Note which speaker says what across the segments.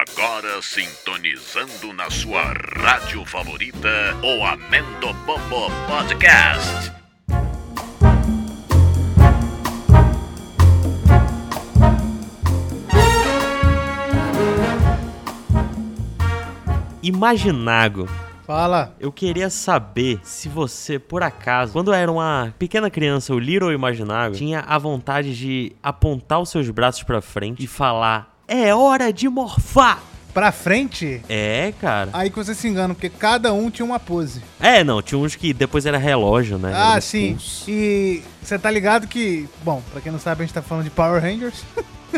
Speaker 1: Agora sintonizando na sua rádio favorita, o Amendo Bobo Podcast.
Speaker 2: Imaginago.
Speaker 3: Fala.
Speaker 2: Eu queria saber se você, por acaso, quando era uma pequena criança, o Little Imaginago, tinha a vontade de apontar os seus braços pra frente e falar: É hora de morfar!
Speaker 3: Pra frente,
Speaker 2: É, cara.
Speaker 3: aí que você se engana, porque cada um tinha uma pose.
Speaker 2: É, não, tinha uns que depois era relógio, né?
Speaker 3: ah,
Speaker 2: Era
Speaker 3: sim.
Speaker 2: pulso.
Speaker 3: E você tá ligado que, bom, pra quem não sabe, a gente tá falando de Power Rangers.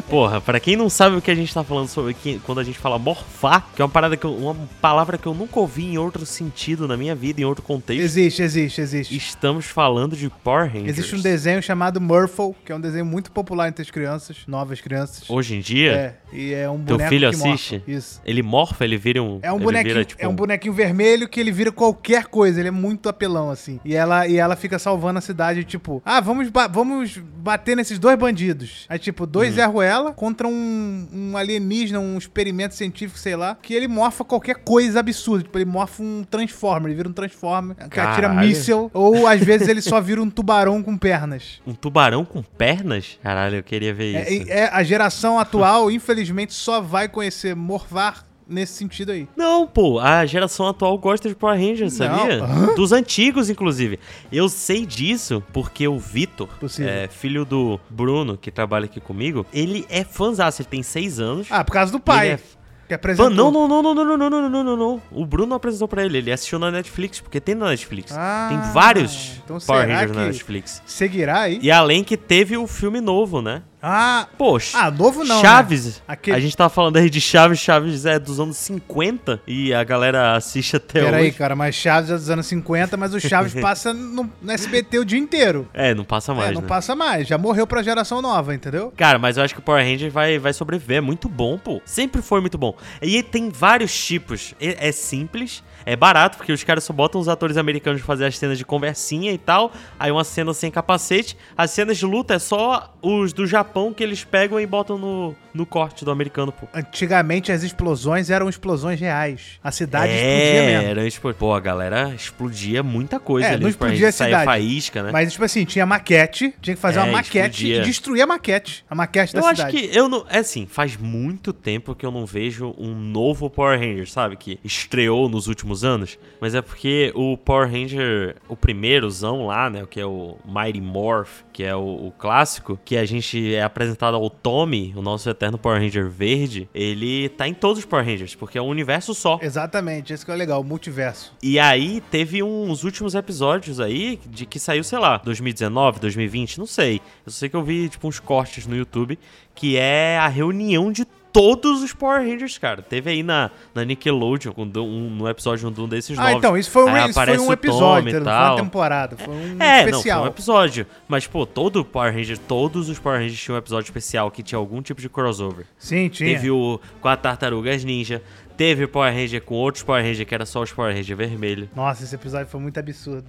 Speaker 2: Porra, pra quem não sabe o que a gente tá falando sobre que- quando a gente fala morfar, que é uma parada que eu, uma palavra que eu nunca ouvi em outro sentido na minha vida, em outro contexto.
Speaker 3: Existe, existe, existe.
Speaker 2: Estamos falando de Power Rangers.
Speaker 3: Existe um desenho chamado Murphle, que é um desenho muito popular entre as crianças, novas crianças.
Speaker 2: Hoje em dia,
Speaker 3: É, e é um
Speaker 2: Teu
Speaker 3: boneco
Speaker 2: filho
Speaker 3: que morfa.
Speaker 2: assiste?
Speaker 3: Isso.
Speaker 2: ele morfa, ele vira um.
Speaker 3: É um,
Speaker 2: ele
Speaker 3: bonequinho,
Speaker 2: vira, tipo,
Speaker 3: é um bonequinho vermelho que ele vira qualquer coisa, ele é muito apelão, assim. E ela, e ela fica salvando a cidade, tipo, ah, vamos, ba- vamos bater nesses dois bandidos. Aí, tipo, dois
Speaker 2: Uhum.
Speaker 3: erram ela contra um, um alienígena, um experimento científico, sei lá, que ele morfa qualquer coisa absurda. Tipo, ele morfa um Transformer, ele vira um Transformer, que atira
Speaker 2: Caralho.
Speaker 3: míssel, ou às vezes ele só vira um tubarão com pernas.
Speaker 2: um tubarão com pernas? Caralho, eu queria ver
Speaker 3: É,
Speaker 2: isso.
Speaker 3: é- a geração atual, infelizmente, só vai conhecer Morvar nesse sentido aí.
Speaker 2: Não, pô, a geração atual gosta de Power Rangers,
Speaker 3: Não.
Speaker 2: sabia? Dos antigos, inclusive. Eu sei disso porque o Vitor,
Speaker 3: Possível.
Speaker 2: é, filho do Bruno, que trabalha aqui comigo, ele é fãzaço, ele tem seis anos.
Speaker 3: Ah, por causa do
Speaker 2: E
Speaker 3: pai.
Speaker 2: ele é
Speaker 3: Que
Speaker 2: fã.
Speaker 3: apresentou.
Speaker 2: Não, não, não, não, não, não, não, não, não, não, não. O Bruno apresentou pra ele, ele assistiu na Netflix, porque tem na Netflix.
Speaker 3: Ah,
Speaker 2: tem vários
Speaker 3: então
Speaker 2: Power
Speaker 3: será
Speaker 2: Rangers na
Speaker 3: que-
Speaker 2: Netflix.
Speaker 3: Seguirá aí?
Speaker 2: E além que teve o filme novo, né?
Speaker 3: Ah,
Speaker 2: Poxa.
Speaker 3: ah, novo não. né?
Speaker 2: Chaves.
Speaker 3: Aquele-
Speaker 2: A gente tava falando aí de Chaves, Chaves é dos anos 50 e a galera assiste até
Speaker 3: Pera
Speaker 2: hoje.
Speaker 3: aí, cara, mas Chaves é dos anos 50, mas o Chaves passa no, no SBT o dia inteiro.
Speaker 2: É, não passa mais,
Speaker 3: é, não
Speaker 2: né?
Speaker 3: passa mais. Já morreu pra geração nova, entendeu?
Speaker 2: Cara, mas eu acho que o Power Ranger vai, vai sobreviver. É muito bom, pô. Sempre foi muito bom. E tem vários tipos. E- É simples, é barato, porque os caras só botam os atores americanos fazer as cenas de conversinha e tal. Aí uma cena sem capacete. As cenas de luta é só os do Japão que eles pegam e botam no, no corte do americano, pô.
Speaker 3: Antigamente as explosões eram explosões reais. A cidade explodia
Speaker 2: É,
Speaker 3: mesmo.
Speaker 2: era expl... Pô, a galera explodia muita coisa
Speaker 3: É,
Speaker 2: ali.
Speaker 3: não
Speaker 2: tipo, aí
Speaker 3: explodia a
Speaker 2: saía
Speaker 3: cidade.
Speaker 2: faísca, né?
Speaker 3: Mas, tipo assim, tinha maquete, tinha que fazer
Speaker 2: É,
Speaker 3: uma maquete
Speaker 2: explodia.
Speaker 3: e destruir a maquete. A maquete
Speaker 2: eu
Speaker 3: da
Speaker 2: acho
Speaker 3: cidade.
Speaker 2: que eu não. É assim, faz muito tempo que eu não vejo um novo Power Ranger, sabe? Que estreou nos últimos anos. Mas é porque o Power Ranger, o primeirozão lá, né? Que é o Mighty Morph, que é o, o clássico, que a gente é apresentado ao Tommy, o nosso eterno Power Ranger verde. Ele tá em todos os Power Rangers, porque é um universo só.
Speaker 3: Exatamente, esse que é o legal, o multiverso.
Speaker 2: E aí teve uns últimos episódios aí de que saiu, sei lá, 2019, 2020, não sei. Eu sei que eu vi tipo uns cortes no YouTube que é a reunião de todos os Power Rangers, cara. Teve aí na, na Nickelodeon com do- um, no episódio de um desses
Speaker 3: Ah,
Speaker 2: novos.
Speaker 3: então, isso foi um,
Speaker 2: Aí
Speaker 3: isso foi
Speaker 2: aparece
Speaker 3: um
Speaker 2: o
Speaker 3: episódio,
Speaker 2: Tommy e
Speaker 3: entendeu? não foi
Speaker 2: tal.
Speaker 3: uma temporada, foi um
Speaker 2: É, não, foi
Speaker 3: especial.
Speaker 2: um episódio. Mas, pô, todo Power Ranger, todos os Power Rangers tinham um episódio especial que tinha algum tipo de crossover.
Speaker 3: Sim, tinha.
Speaker 2: Teve o com a Tartarugas Ninja, teve o Power Ranger com outros Power Ranger que era só os Power Ranger vermelho.
Speaker 3: Nossa, esse episódio foi muito absurdo.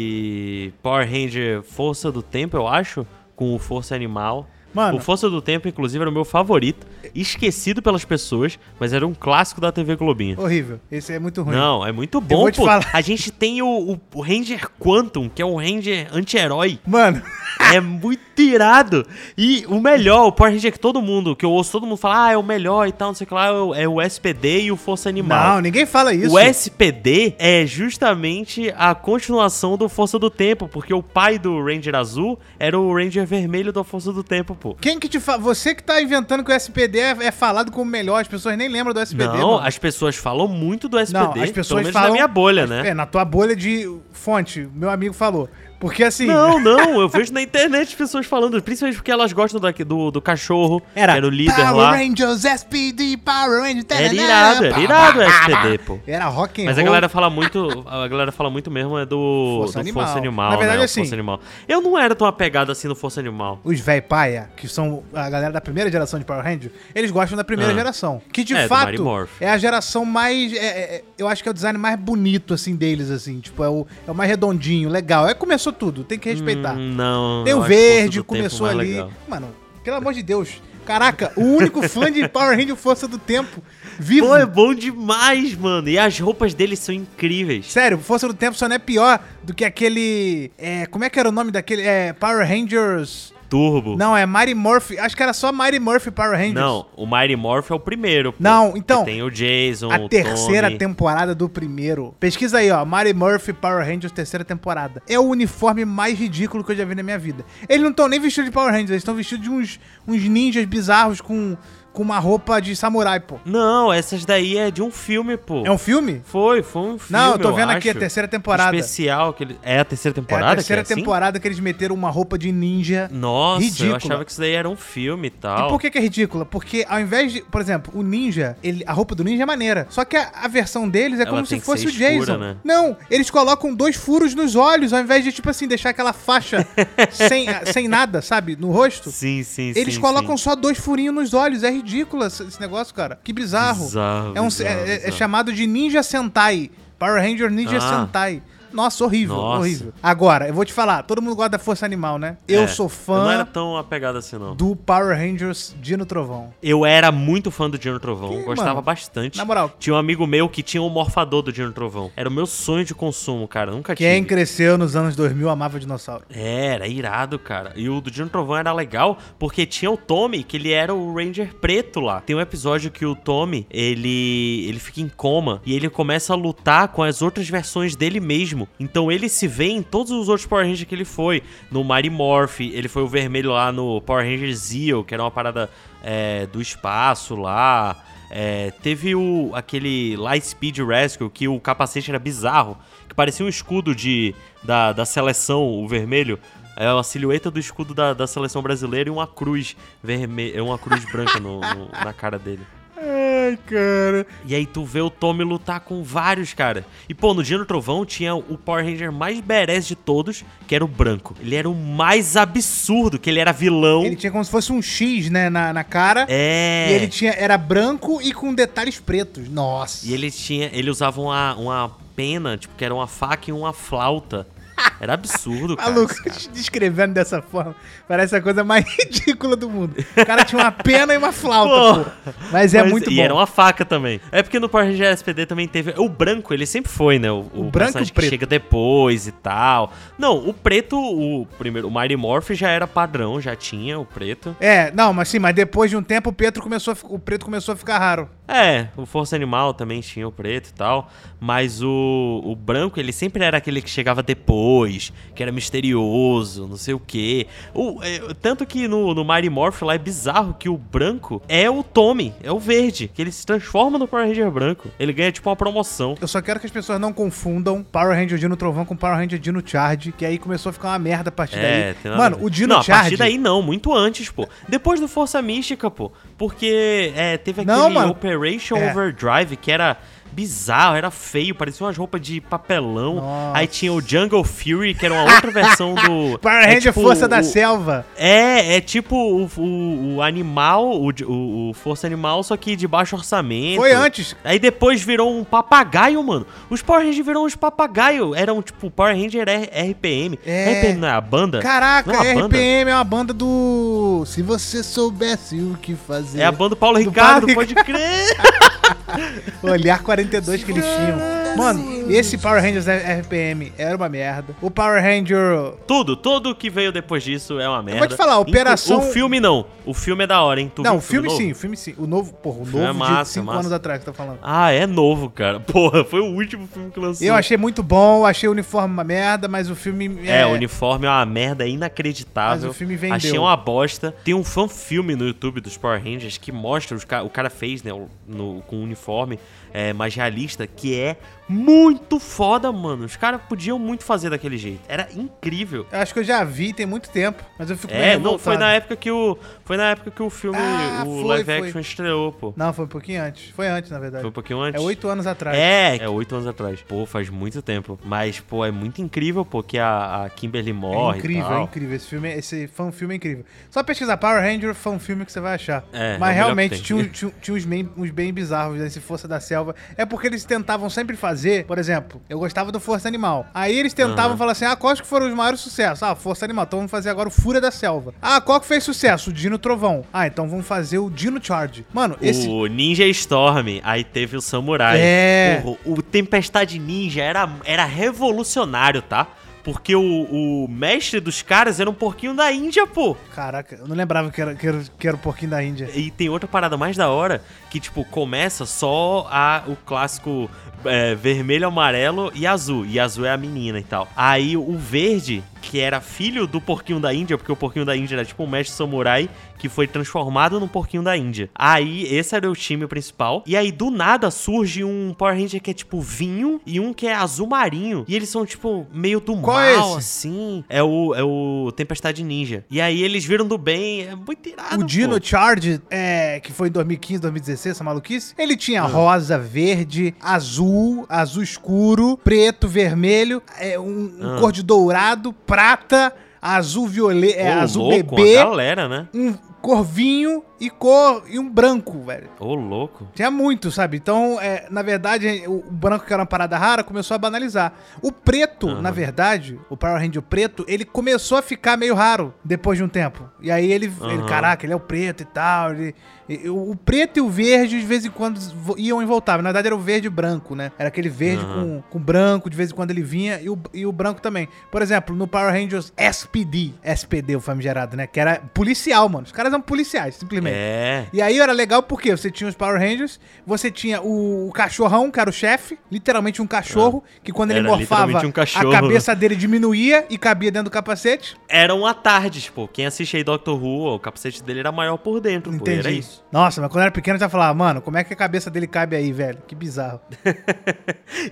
Speaker 2: Teve Power Ranger Força do Tempo, eu acho, com o Força Animal.
Speaker 3: Mano-
Speaker 2: o Força do Tempo, inclusive, era o meu favorito. Esquecido pelas pessoas, mas era um clássico da TV Globinho.
Speaker 3: Horrível. Esse é muito ruim.
Speaker 2: Não, é muito bom,
Speaker 3: vou te
Speaker 2: pô.
Speaker 3: falar.
Speaker 2: A gente tem o, o- o Ranger Quantum, que é um Ranger anti-herói.
Speaker 3: Mano,
Speaker 2: É muito irado. E o melhor, o Power Ranger que todo mundo, que eu ouço todo mundo falar, ah, é o melhor e tal, não sei o que lá, é o- é o SPD e o Força Animal.
Speaker 3: não, ninguém fala isso.
Speaker 2: O SPD é justamente a continuação do Força do Tempo, porque o pai do Ranger Azul era o Ranger Vermelho da Força do Tempo, pô.
Speaker 3: Quem que te fala? Você que tá inventando que o SPD é, é falado como melhor, as pessoas nem lembram do SPD.
Speaker 2: Não,
Speaker 3: mano.
Speaker 2: as pessoas falam muito do SPD,
Speaker 3: Não, as
Speaker 2: pelo
Speaker 3: pessoas
Speaker 2: menos na
Speaker 3: falam-
Speaker 2: minha bolha, né?
Speaker 3: É, na tua bolha de fonte, meu amigo falou. Porque assim.
Speaker 2: Não, não, eu vejo na internet as pessoas falando, principalmente porque elas gostam daqui- do, do, cachorro, que era o líder
Speaker 3: Power né?
Speaker 2: lá.
Speaker 3: Rangers, SPD, Power Rangers,
Speaker 2: Era
Speaker 3: taraná,
Speaker 2: irado,
Speaker 3: pá,
Speaker 2: era irado o
Speaker 3: pá,
Speaker 2: SPD, pô.
Speaker 3: pá. Era rock and
Speaker 2: Mas a
Speaker 3: roll.
Speaker 2: galera fala muito, a galera fala muito mesmo é do
Speaker 3: Força
Speaker 2: do
Speaker 3: Animal.
Speaker 2: Força Animal,
Speaker 3: Na verdade,
Speaker 2: né? o
Speaker 3: assim-
Speaker 2: Força Animal. Eu não era tão apegado assim no Força Animal.
Speaker 3: os véi paia, que são a galera da primeira geração de Power Rangers, eles gostam da primeira
Speaker 2: Ah.
Speaker 3: geração. Que de
Speaker 2: É, do Mighty
Speaker 3: fato
Speaker 2: Morph.
Speaker 3: é a geração mais. é, é, eu acho que é o design mais bonito, assim, deles, assim. Tipo, é o, é o mais redondinho, legal. É começou tudo, tem que respeitar.
Speaker 2: Hum, não.
Speaker 3: tem
Speaker 2: eu
Speaker 3: o
Speaker 2: acho Força
Speaker 3: verde,
Speaker 2: do Tempo
Speaker 3: começou
Speaker 2: mais
Speaker 3: ali.
Speaker 2: legal.
Speaker 3: Mano, pelo amor de Deus. Caraca, o único fã de Power Ranger Força do Tempo vivo.
Speaker 2: Pô, é bom demais, mano. E as roupas dele são incríveis.
Speaker 3: Sério, Força do Tempo só não é pior do que aquele. é, como é que era o nome daquele? É, Power Rangers.
Speaker 2: Turbo.
Speaker 3: Não, é Mighty Murphy. Acho que era só Mighty Murphy Power Rangers.
Speaker 2: Não, o Mighty Morph é o primeiro. pô.
Speaker 3: Não, então,
Speaker 2: Que Tem o Jason,
Speaker 3: A
Speaker 2: o
Speaker 3: terceira um
Speaker 2: Tommy.
Speaker 3: temporada do primeiro. Pesquisa aí, ó. Mary Murphy, Power Rangers, terceira temporada. É o uniforme mais ridículo que eu já vi na minha vida. Eles não estão nem vestidos de Power Rangers, eles estão vestidos de uns, uns ninjas bizarros com, com uma roupa de samurai, pô.
Speaker 2: Não, essas daí é de um filme, pô.
Speaker 3: É um filme?
Speaker 2: Foi, foi um filme.
Speaker 3: Não, eu tô vendo aqui a
Speaker 2: acho.
Speaker 3: terceira temporada.
Speaker 2: Especial que ele... É a terceira
Speaker 3: É
Speaker 2: temporada?
Speaker 3: a
Speaker 2: que é
Speaker 3: terceira
Speaker 2: assim?
Speaker 3: temporada que eles meteram uma roupa de ninja.
Speaker 2: Nossa,
Speaker 3: Ridícula.
Speaker 2: eu achava que isso daí era um filme e
Speaker 3: E
Speaker 2: tal.
Speaker 3: por que, que é ridícula? Porque ao invés de, por exemplo, o ninja, ele, a roupa do ninja é maneira. Só que a, a versão deles é
Speaker 2: Ela
Speaker 3: como se
Speaker 2: tem que
Speaker 3: fosse
Speaker 2: ser
Speaker 3: o
Speaker 2: escura,
Speaker 3: Jason.
Speaker 2: né?
Speaker 3: Não, eles colocam dois furos nos olhos, ao invés de, tipo assim, deixar aquela faixa sem, sem nada, sabe? No rosto.
Speaker 2: Sim, sim, sim.
Speaker 3: Eles colocam
Speaker 2: sim.
Speaker 3: só dois furinhos nos olhos. É ridículo esse esse negócio, cara. Que bizarro.
Speaker 2: Bizarro,
Speaker 3: é, um-
Speaker 2: bizarro,
Speaker 3: é- é- é
Speaker 2: bizarro.
Speaker 3: chamado de Ninja Sentai. Power Ranger Ninja
Speaker 2: Ah.
Speaker 3: Sentai. Nossa, horrível,
Speaker 2: Nossa.
Speaker 3: horrível. Agora, eu vou te falar, todo mundo gosta da Força Animal, né? Eu
Speaker 2: É,
Speaker 3: sou
Speaker 2: Eu não
Speaker 3: fã
Speaker 2: era tão apegado assim, não.
Speaker 3: do Power Rangers Dino Trovão.
Speaker 2: Eu era muito fã do Dino Trovão,
Speaker 3: Que,
Speaker 2: gostava
Speaker 3: mano?
Speaker 2: bastante.
Speaker 3: Na moral.
Speaker 2: Tinha um amigo meu que tinha o morfador do Dino Trovão. Era o meu sonho de consumo, cara. Nunca
Speaker 3: Quem é
Speaker 2: tive.
Speaker 3: cresceu nos anos 2000 amava dinossauro.
Speaker 2: É, Era irado, cara. E o do Dino Trovão era legal porque tinha o Tommy, que ele era o Ranger preto lá. Tem um episódio que o Tommy, ele ele fica em coma e ele começa a lutar com as outras versões dele mesmo. Então ele se vê em todos os outros Power Rangers que ele foi. No Mighty Morph, ele foi o vermelho lá no Power Ranger Zeo, que era uma parada é, do espaço lá. É, teve o aquele Lightspeed Rescue que o capacete era bizarro, que parecia um escudo de da, da seleção, o vermelho. É uma silhueta do escudo da, da seleção brasileira e uma cruz vermelha, uma cruz branca no- no- na cara dele.
Speaker 3: Ai, cara.
Speaker 2: E aí tu vê o Tommy lutar com vários, cara. E pô, no Dino Trovão tinha o Power Ranger mais badass de todos, que era o branco. Ele era o mais absurdo, que ele era vilão.
Speaker 3: Ele tinha como se fosse um X, né, na, na cara.
Speaker 2: É.
Speaker 3: E ele tinha, era branco e com detalhes pretos. Nossa.
Speaker 2: E ele tinha. Ele usava uma, uma pena, tipo, que era uma faca e uma flauta. Era absurdo, cara.
Speaker 3: Maluco,
Speaker 2: esse é cara.
Speaker 3: descrevendo dessa forma, parece a coisa mais ridícula do mundo. O cara tinha uma pena e uma flauta,
Speaker 2: Porra.
Speaker 3: pô. Mas é
Speaker 2: Mas-
Speaker 3: muito
Speaker 2: e
Speaker 3: bom.
Speaker 2: era um uma faca também. É porque no Power Ranger SPD também teve. O branco, ele sempre foi, né? O,
Speaker 3: O branco e o
Speaker 2: o personagem
Speaker 3: preto.
Speaker 2: que chega depois e tal. Não, o preto, o primeiro. O Mighty Morph já era padrão, já tinha o preto.
Speaker 3: É, não, mas sim, mas depois de um tempo o preto começou a, fi- o preto começou a ficar raro.
Speaker 2: É, o Força Animal também tinha o preto e tal. Mas o, o branco, ele sempre era aquele que chegava depois, que era misterioso, não sei o quê. O, é, tanto que no, no Mighty Morph lá é bizarro que o branco é o Tommy, é o verde, que ele se transforma no Power Ranger branco. Ele ganha tipo uma promoção.
Speaker 3: Eu só quero que as pessoas não confundam Power Ranger Dino Trovão com Power Ranger Dino Charge, que aí começou a ficar uma merda a partir
Speaker 2: É, tem
Speaker 3: daí.
Speaker 2: nada a
Speaker 3: Mano,
Speaker 2: ver.
Speaker 3: o Dino
Speaker 2: Não, a
Speaker 3: Charge.
Speaker 2: partir daí não, muito antes, pô. Depois do Força Mística, pô. Porque é, teve aquele
Speaker 3: Não, mano.
Speaker 2: Operation
Speaker 3: É.
Speaker 2: Overdrive que era bizarro, era feio, parecia umas roupas de papelão.
Speaker 3: Nossa.
Speaker 2: Aí tinha o Jungle Fury, que era uma outra versão do.
Speaker 3: Power
Speaker 2: é
Speaker 3: Ranger
Speaker 2: tipo
Speaker 3: Força da
Speaker 2: o-
Speaker 3: Selva.
Speaker 2: É, é tipo o, o- o animal, o, de- o- o Força Animal, só que de baixo orçamento.
Speaker 3: Foi antes.
Speaker 2: Aí depois virou um papagaio, mano. Os Power Rangers viram uns papagaio. Eram tipo Power Ranger R- RPM.
Speaker 3: É.
Speaker 2: RPM não é a banda?
Speaker 3: Caraca,
Speaker 2: Não é uma banda?
Speaker 3: RPM é uma banda do. Se você soubesse o que fazer.
Speaker 2: É a banda do Paulo
Speaker 3: Do
Speaker 2: Ricardo,
Speaker 3: Paulo
Speaker 2: pode crer.
Speaker 3: Olhar 42 que eles tinham. Mano, esse Power Rangers é RPM era uma merda. O Power Ranger.
Speaker 2: Tudo, tudo que veio depois disso é uma merda.
Speaker 3: te falar,
Speaker 2: Inclu-
Speaker 3: Operação-
Speaker 2: O filme não. O filme é da hora, hein? Tu
Speaker 3: não,
Speaker 2: viu
Speaker 3: o filme,
Speaker 2: novo?
Speaker 3: sim, o filme sim. O novo, porra, o
Speaker 2: filme é
Speaker 3: novo de
Speaker 2: massa,
Speaker 3: 5
Speaker 2: massa.
Speaker 3: anos atrás que eu tô falando.
Speaker 2: Ah, é novo, cara. Porra, foi o último filme que lançou.
Speaker 3: Eu achei muito bom, achei o uniforme uma merda, mas o filme.
Speaker 2: É, o uniforme é uma merda inacreditável.
Speaker 3: Mas o filme vendeu.
Speaker 2: Achei uma bosta. Tem um fan-filme no YouTube dos Power Rangers que mostra, os ca- o cara fez, né, o- no- com o uniforme é, mais realista, que é muito foda, mano. Os caras podiam muito fazer daquele jeito. Era incrível.
Speaker 3: Eu acho que eu já vi tem muito tempo, mas eu fico.
Speaker 2: É, não, foi na
Speaker 3: época.
Speaker 2: época que o. Foi na época que o filme.
Speaker 3: Ah,
Speaker 2: o
Speaker 3: foi,
Speaker 2: live
Speaker 3: foi.
Speaker 2: action estreou, pô.
Speaker 3: Não, foi um pouquinho antes. Foi antes, na verdade.
Speaker 2: Foi um pouquinho antes.
Speaker 3: É 8 anos atrás.
Speaker 2: É, é oito anos atrás. Pô, faz muito tempo. Mas, pô, é muito incrível, pô, que a, a Kimberly
Speaker 3: É
Speaker 2: morre. e
Speaker 3: incrível,
Speaker 2: tal.
Speaker 3: é incrível. Esse filme, esse fan filme é incrível. Só pesquisar Power Ranger fan filme que você vai achar.
Speaker 2: É, é
Speaker 3: Mas
Speaker 2: o melhor que
Speaker 3: realmente
Speaker 2: tem.
Speaker 3: né? tinha, um- tinha, um- tinha uns, bem, uns bem bizarros nesse Força da Selva. É porque eles tentavam sempre fazer, por exemplo, eu gostava do Força Animal. Aí eles tentavam
Speaker 2: Aham.
Speaker 3: falar assim: ah, quais que foram os maiores sucessos? Ah, Força Animal, então vamos fazer agora o Fúria da Selva. Ah, qual que fez sucesso? O Dino Trovão. Ah, então vamos fazer o Dino Charge. Mano, esse.
Speaker 2: O Ninja Storm, aí teve o Samurai.
Speaker 3: É.
Speaker 2: Porra, o Tempestade Ninja era, era revolucionário, tá? Porque o, o mestre dos caras era um porquinho da Índia, pô.
Speaker 3: Caraca, eu não lembrava que era, que era, que era o porquinho da Índia.
Speaker 2: E tem outra parada mais da hora que, tipo, começa só a, o clássico é, vermelho, amarelo e azul. E azul é a menina e tal. Aí o verde, que era filho do porquinho da Índia, porque o porquinho da Índia era tipo um mestre samurai que foi transformado num porquinho da Índia. Aí esse era o time principal. E aí do nada surge um Power Ranger que é tipo vinho e um que é azul marinho. E eles são tipo meio do
Speaker 3: Qual é
Speaker 2: mal,
Speaker 3: esse?
Speaker 2: assim. É o, é o Tempestade Ninja. E aí eles viram do bem. É muito irado.
Speaker 3: O Dino
Speaker 2: pô.
Speaker 3: Charge, é, que foi em 2015, 2016, essa maluquice, ele
Speaker 2: Ah.
Speaker 3: tinha rosa, verde, azul, azul escuro, preto, vermelho, é, um, um
Speaker 2: Ah.
Speaker 3: cor de dourado, prata, azul violeta, é,
Speaker 2: Ô,
Speaker 3: azul
Speaker 2: louco,
Speaker 3: bebê,
Speaker 2: Uma galera, né?
Speaker 3: um cor vinho e cor e um branco, velho.
Speaker 2: Ô, louco.
Speaker 3: Tinha muito, sabe? Então, é, na verdade, o o branco, que era uma parada rara, começou a banalizar. O preto,
Speaker 2: Aham.
Speaker 3: na verdade, o Power Ranger preto, ele começou a ficar meio raro depois de um tempo. E aí ele, ele
Speaker 2: Aham.
Speaker 3: caraca, ele é o preto e tal. ele- e- o o preto e o verde, de vez em quando, vo- iam e voltavam. Na verdade, era o verde e branco, né? Era aquele verde
Speaker 2: Aham.
Speaker 3: com, com branco, de vez em quando ele vinha, e o, e o branco também. Por exemplo, no Power Rangers SPD, SPD, o famigerado, né? Que era policial, mano. Os caras eram policiais, simplesmente.
Speaker 2: É.
Speaker 3: E aí era legal porque você tinha os Power Rangers, você tinha o, o cachorrão, que era o chefe, literalmente um cachorro, que quando ele
Speaker 2: É. Era
Speaker 3: morfava,
Speaker 2: literalmente um cachorro.
Speaker 3: a cabeça dele diminuía e cabia dentro do capacete.
Speaker 2: Eram a tardes, pô. Quem assiste aí Doctor Who, o capacete dele era maior por dentro, pô. Era
Speaker 3: Entendi.
Speaker 2: isso.
Speaker 3: Nossa, mas quando eu era pequeno eu já falava, mano, como é que a cabeça dele cabe aí, velho? Que bizarro.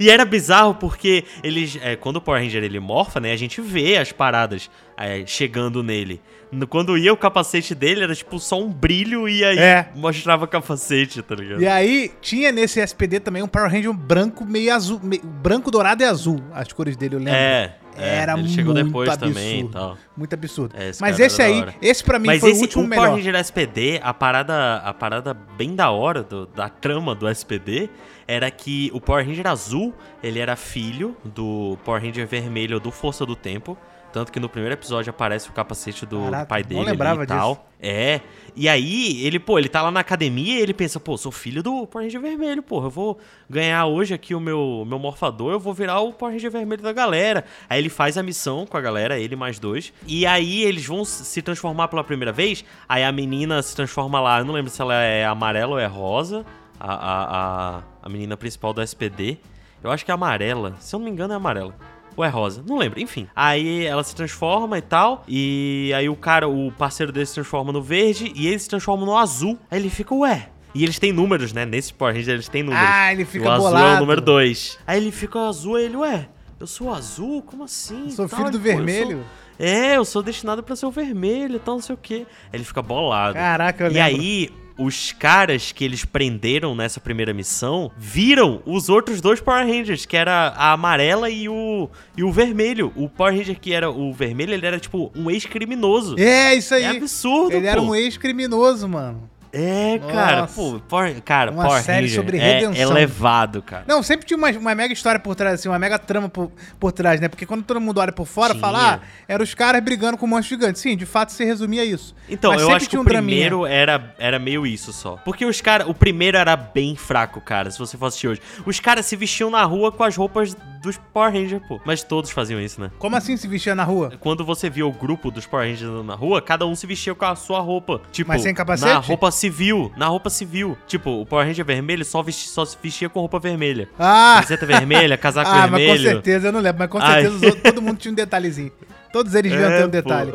Speaker 2: E era bizarro porque eles. é, quando o Power Ranger ele morfa, né? A gente vê as paradas é, chegando nele. No- Quando ia o capacete dele, era tipo só um brilho e aí
Speaker 3: É.
Speaker 2: mostrava o capacete, tá ligado?
Speaker 3: E aí tinha nesse SPD também um Power Ranger branco meio azul, meio- branco, dourado e azul, as cores dele eu lembro.
Speaker 2: É, é.
Speaker 3: né, Era
Speaker 2: ele chegou
Speaker 3: muito
Speaker 2: depois
Speaker 3: absurdo.
Speaker 2: também e tal.
Speaker 3: Muito absurdo.
Speaker 2: É, esse
Speaker 3: mas
Speaker 2: cara
Speaker 3: esse
Speaker 2: era
Speaker 3: aí,
Speaker 2: da hora.
Speaker 3: esse pra mim
Speaker 2: Mas
Speaker 3: foi
Speaker 2: esse
Speaker 3: o último
Speaker 2: o
Speaker 3: melhor.
Speaker 2: Power Ranger SPD, a parada, a parada bem da hora do- da trama do SPD era que o Power Ranger azul, ele era filho do Power Ranger vermelho do Força do Tempo, tanto que no primeiro episódio aparece o capacete do, do
Speaker 3: Caraca,
Speaker 2: pai
Speaker 3: não
Speaker 2: dele ali
Speaker 3: lembrava
Speaker 2: e tal. É. E aí, ele, pô, ele tá lá na academia e ele pensa, pô, sou filho do Power Ranger vermelho, porra, eu vou ganhar hoje aqui o meu, meu morfador, eu vou virar o Power Ranger vermelho da galera. Aí ele faz a missão com a galera, ele mais dois. E aí eles vão se transformar pela primeira vez. Aí a menina se transforma lá, eu não lembro se ela é amarela ou é rosa, a, a, a, a menina principal do SPD. Eu acho que é amarela, se eu não me engano é amarela. Ou é rosa? Não lembro, enfim. Aí ela se transforma e tal. E aí o cara, o parceiro dele se transforma no verde e ele se transforma no azul. Aí ele fica, ué. E eles têm números, né? Nesse Power Ranger eles têm números.
Speaker 3: Ah, ele fica
Speaker 2: o azul é
Speaker 3: bolado.
Speaker 2: o número 2. Aí ele fica azul, aí ele, ué, eu sou azul? Como assim?
Speaker 3: Eu sou
Speaker 2: Tal,
Speaker 3: filho
Speaker 2: ele,
Speaker 3: do
Speaker 2: "Pô, eu sou-
Speaker 3: vermelho.
Speaker 2: É, eu sou destinado pra ser o vermelho e tal, não sei o quê. Aí ele fica bolado.
Speaker 3: Caraca, eu
Speaker 2: E
Speaker 3: lembro.
Speaker 2: aí, os caras que eles prenderam nessa primeira missão viram os outros dois Power Rangers, que era a amarela e o, e o vermelho. O Power Ranger que era o vermelho, ele era tipo um ex-criminoso.
Speaker 3: É, isso aí.
Speaker 2: É absurdo,
Speaker 3: Ele
Speaker 2: pô.
Speaker 3: era um ex-criminoso, mano.
Speaker 2: É, cara,
Speaker 3: Nossa.
Speaker 2: pô, Power, cara,
Speaker 3: Uma
Speaker 2: Power
Speaker 3: série
Speaker 2: Ranger
Speaker 3: sobre
Speaker 2: é
Speaker 3: redenção.
Speaker 2: elevado, cara.
Speaker 3: Não, sempre tinha uma, uma mega história por trás, assim, uma mega trama por, por trás, né? Porque quando todo mundo olha por fora,
Speaker 2: Tinha.
Speaker 3: fala, ah, eram os caras brigando com um monstro gigante. Sim, de fato se resumia a isso.
Speaker 2: Então,
Speaker 3: Mas
Speaker 2: eu
Speaker 3: sempre
Speaker 2: acho que
Speaker 3: tinha
Speaker 2: o
Speaker 3: um draminha.
Speaker 2: primeiro era, era meio isso só. Porque os caras. O primeiro era bem fraco, cara, se você for assistir hoje. Os caras se vestiam na rua com as roupas dos Power Rangers, pô. Mas todos faziam isso, né?
Speaker 3: Como assim se vestia na rua?
Speaker 2: Quando você via o grupo dos Power Rangers andando na rua, cada um se vestia com a sua roupa. Tipo,
Speaker 3: Mas sem capacete?
Speaker 2: na roupa civil. Na roupa civil. Tipo, o Power Ranger vermelho só, vesti- só se vestia com roupa vermelha.
Speaker 3: Ah!
Speaker 2: Camiseta vermelha, casaco
Speaker 3: Ah, mas com
Speaker 2: tá vermelho.
Speaker 3: certeza, eu não lembro, mas com
Speaker 2: Ai.
Speaker 3: certeza os outros- todo mundo tinha um detalhezinho. Todos eles deviam
Speaker 2: É,
Speaker 3: ter
Speaker 2: pô.
Speaker 3: um detalhe.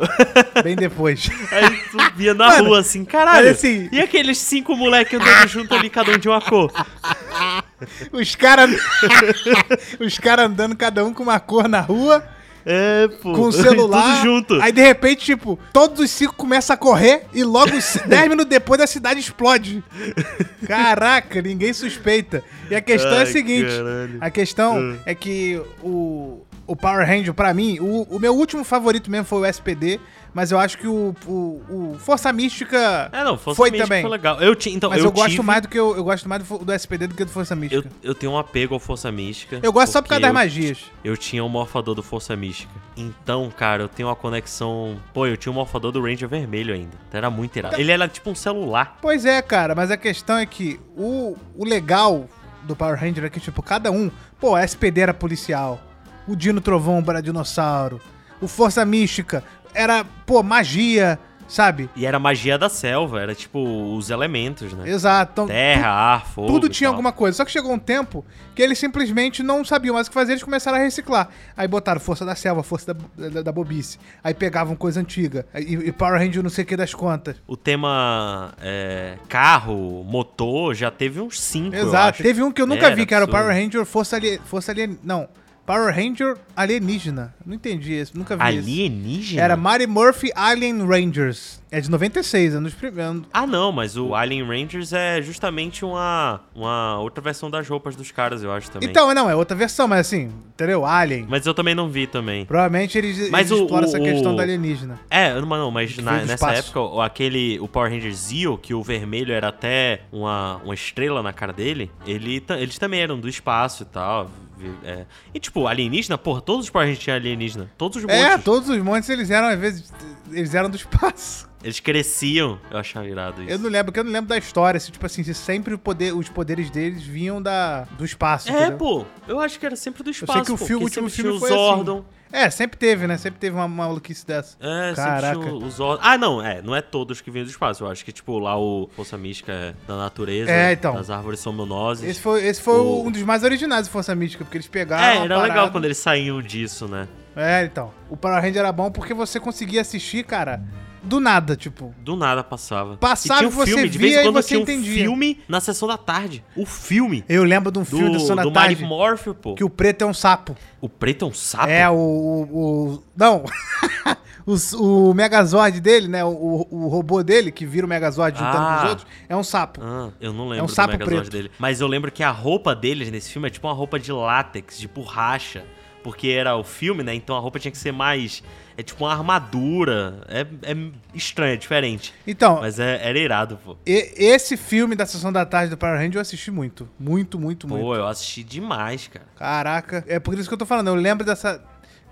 Speaker 3: Bem depois.
Speaker 2: Aí tu via na
Speaker 3: Mano,
Speaker 2: rua assim, caralho.
Speaker 3: mas assim-
Speaker 2: E aqueles cinco moleques andando junto ali, cada um de uma cor.
Speaker 3: Os caras. os caras andando, cada um com uma cor na rua.
Speaker 2: É, pô.
Speaker 3: com o celular.
Speaker 2: Tudo junto.
Speaker 3: Aí de repente, tipo, todos os cinco começam a correr e logo os 10 minutos depois a cidade explode. Caraca, ninguém suspeita. E a questão é a
Speaker 2: Ai,
Speaker 3: seguinte:
Speaker 2: caralho. Ah.
Speaker 3: a questão é que o, o Power Ranger, pra mim, o, o meu último favorito mesmo foi o SPD. Mas eu acho que o, o, o Força Mística
Speaker 2: É, não, Força
Speaker 3: foi
Speaker 2: Mística
Speaker 3: também.
Speaker 2: foi legal. Eu ti, então,
Speaker 3: Mas eu,
Speaker 2: eu,
Speaker 3: gosto
Speaker 2: tive-
Speaker 3: mais do que eu, eu gosto mais do, fo- do SPD do que do Força Mística.
Speaker 2: Eu,
Speaker 3: Eu,
Speaker 2: eu tenho um apego ao Força Mística.
Speaker 3: gosto só por
Speaker 2: porque
Speaker 3: causa das
Speaker 2: eu-
Speaker 3: magias.
Speaker 2: Eu tinha o morfador do Força Mística. Então, cara, eu tenho uma conexão. Pô, eu tinha o morfador do Ranger Vermelho ainda. Então era muito irado. Ele era tipo um celular.
Speaker 3: Pois é, cara, mas a questão é que o, o legal do Power Ranger é que, tipo, cada um. Pô, a SPD era policial. O Dino Trovão era dinossauro. O Força Mística era, pô, magia, sabe?
Speaker 2: E era magia da selva, era tipo os elementos, né?
Speaker 3: Exato. Então,
Speaker 2: Terra, ar, fogo.
Speaker 3: Tudo
Speaker 2: e
Speaker 3: tinha
Speaker 2: tal.
Speaker 3: alguma coisa. Só que chegou um tempo que eles simplesmente não sabiam mais o que fazer, eles começaram a reciclar. Aí botaram Força da Selva, Força da, da, da Bobice. Aí pegavam coisa antiga. E, e Power Ranger não sei o que das contas.
Speaker 2: O tema é, carro, motor, já teve uns cinco. eu
Speaker 3: Exato.
Speaker 2: acho.
Speaker 3: Teve um que eu nunca
Speaker 2: Era
Speaker 3: vi, que era o
Speaker 2: absurdo.
Speaker 3: Power Ranger Força Alien... Força Alien... Não. Power Ranger Alienígena. Não entendi isso. Nunca vi isso.
Speaker 2: Alienígena?
Speaker 3: Era Mary Murphy Alien Rangers. É de 96, é um dos primeiros.
Speaker 2: Ah, não, mas o Alien Rangers é justamente uma, uma outra versão das roupas dos caras, eu acho também.
Speaker 3: Então, não, é outra versão, mas assim, entendeu? Alien.
Speaker 2: Mas eu também não vi também.
Speaker 3: Provavelmente eles,
Speaker 2: Mas
Speaker 3: eles
Speaker 2: o-
Speaker 3: exploram
Speaker 2: o-
Speaker 3: essa questão
Speaker 2: o-
Speaker 3: da alienígena.
Speaker 2: É, eu não, mas não, mas
Speaker 3: Que
Speaker 2: na-
Speaker 3: veio do
Speaker 2: nessa
Speaker 3: espaço.
Speaker 2: época, o- aquele, o Power Ranger Zeo, que o vermelho era até uma, uma estrela na cara dele, ele, ta- eles também eram do espaço e tal. vi- é. E tipo, alienígena, porra, todos os Power Rangers tinham alienígena. Todos os
Speaker 3: É,
Speaker 2: montes.
Speaker 3: todos os montes eles eram, às vezes, eles eram do espaço.
Speaker 2: Eles cresciam. Eu achava irado isso.
Speaker 3: Eu não lembro, porque eu não lembro da história, se, tipo assim, se sempre o poder, os poderes deles vinham da, do espaço,
Speaker 2: É,
Speaker 3: entendeu?
Speaker 2: pô, eu acho que era sempre do
Speaker 3: né? sei
Speaker 2: espaço.
Speaker 3: que o
Speaker 2: pô,
Speaker 3: filme-
Speaker 2: porque
Speaker 3: o último
Speaker 2: sempre
Speaker 3: filme
Speaker 2: tinha o
Speaker 3: foi assim.
Speaker 2: Zordon.
Speaker 3: É, sempre teve, né? Sempre teve uma maluquice dessa.
Speaker 2: É,
Speaker 3: Caraca.
Speaker 2: sempre tinha o- o Zordon. Ah, não, é, não é todos que vêm do espaço. Eu acho que, tipo, lá o Força Mística é da natureza,
Speaker 3: É, então.
Speaker 2: das árvores são monoses.
Speaker 3: Esse foi, esse foi
Speaker 2: O-
Speaker 3: um dos mais originais de Força Mística, porque eles pegaram.
Speaker 2: É,
Speaker 3: uma
Speaker 2: era legal
Speaker 3: parada-
Speaker 2: quando eles saíam disso, né?
Speaker 3: É, então. O Power Ranger era bom porque você conseguia assistir, cara, do nada, tipo.
Speaker 2: Do nada passava. e
Speaker 3: Passava
Speaker 2: tinha
Speaker 3: e
Speaker 2: um
Speaker 3: você
Speaker 2: filme, de vez em
Speaker 3: via e
Speaker 2: quando
Speaker 3: você
Speaker 2: tinha um
Speaker 3: entendia.
Speaker 2: filme na sessão da tarde. O filme
Speaker 3: Eu lembro de um filme da
Speaker 2: do,
Speaker 3: Sessão da
Speaker 2: do
Speaker 3: Tarde
Speaker 2: Mighty Morph, pô.
Speaker 3: que o preto é um sapo.
Speaker 2: O preto é um sapo?
Speaker 3: É, o. o, o- não! o, o Megazord dele, né? O, o- o robô dele, que vira o Megazord juntando
Speaker 2: Ah.
Speaker 3: com os outros, é um sapo.
Speaker 2: Ah, eu não lembro
Speaker 3: É um sapo
Speaker 2: do Megazord
Speaker 3: preto.
Speaker 2: dele. Mas eu lembro que a roupa deles nesse filme é tipo uma roupa de látex, de borracha. Porque era o filme, né? Então a roupa tinha que ser mais. É tipo uma armadura. É, é estranho, é diferente.
Speaker 3: Então,
Speaker 2: Mas é- era irado, pô.
Speaker 3: e- esse filme da Sessão da Tarde do Power Ranger eu assisti muito. Muito, muito, muito.
Speaker 2: Pô, eu assisti demais, cara.
Speaker 3: Caraca. É por isso que eu tô falando. Eu lembro dessa.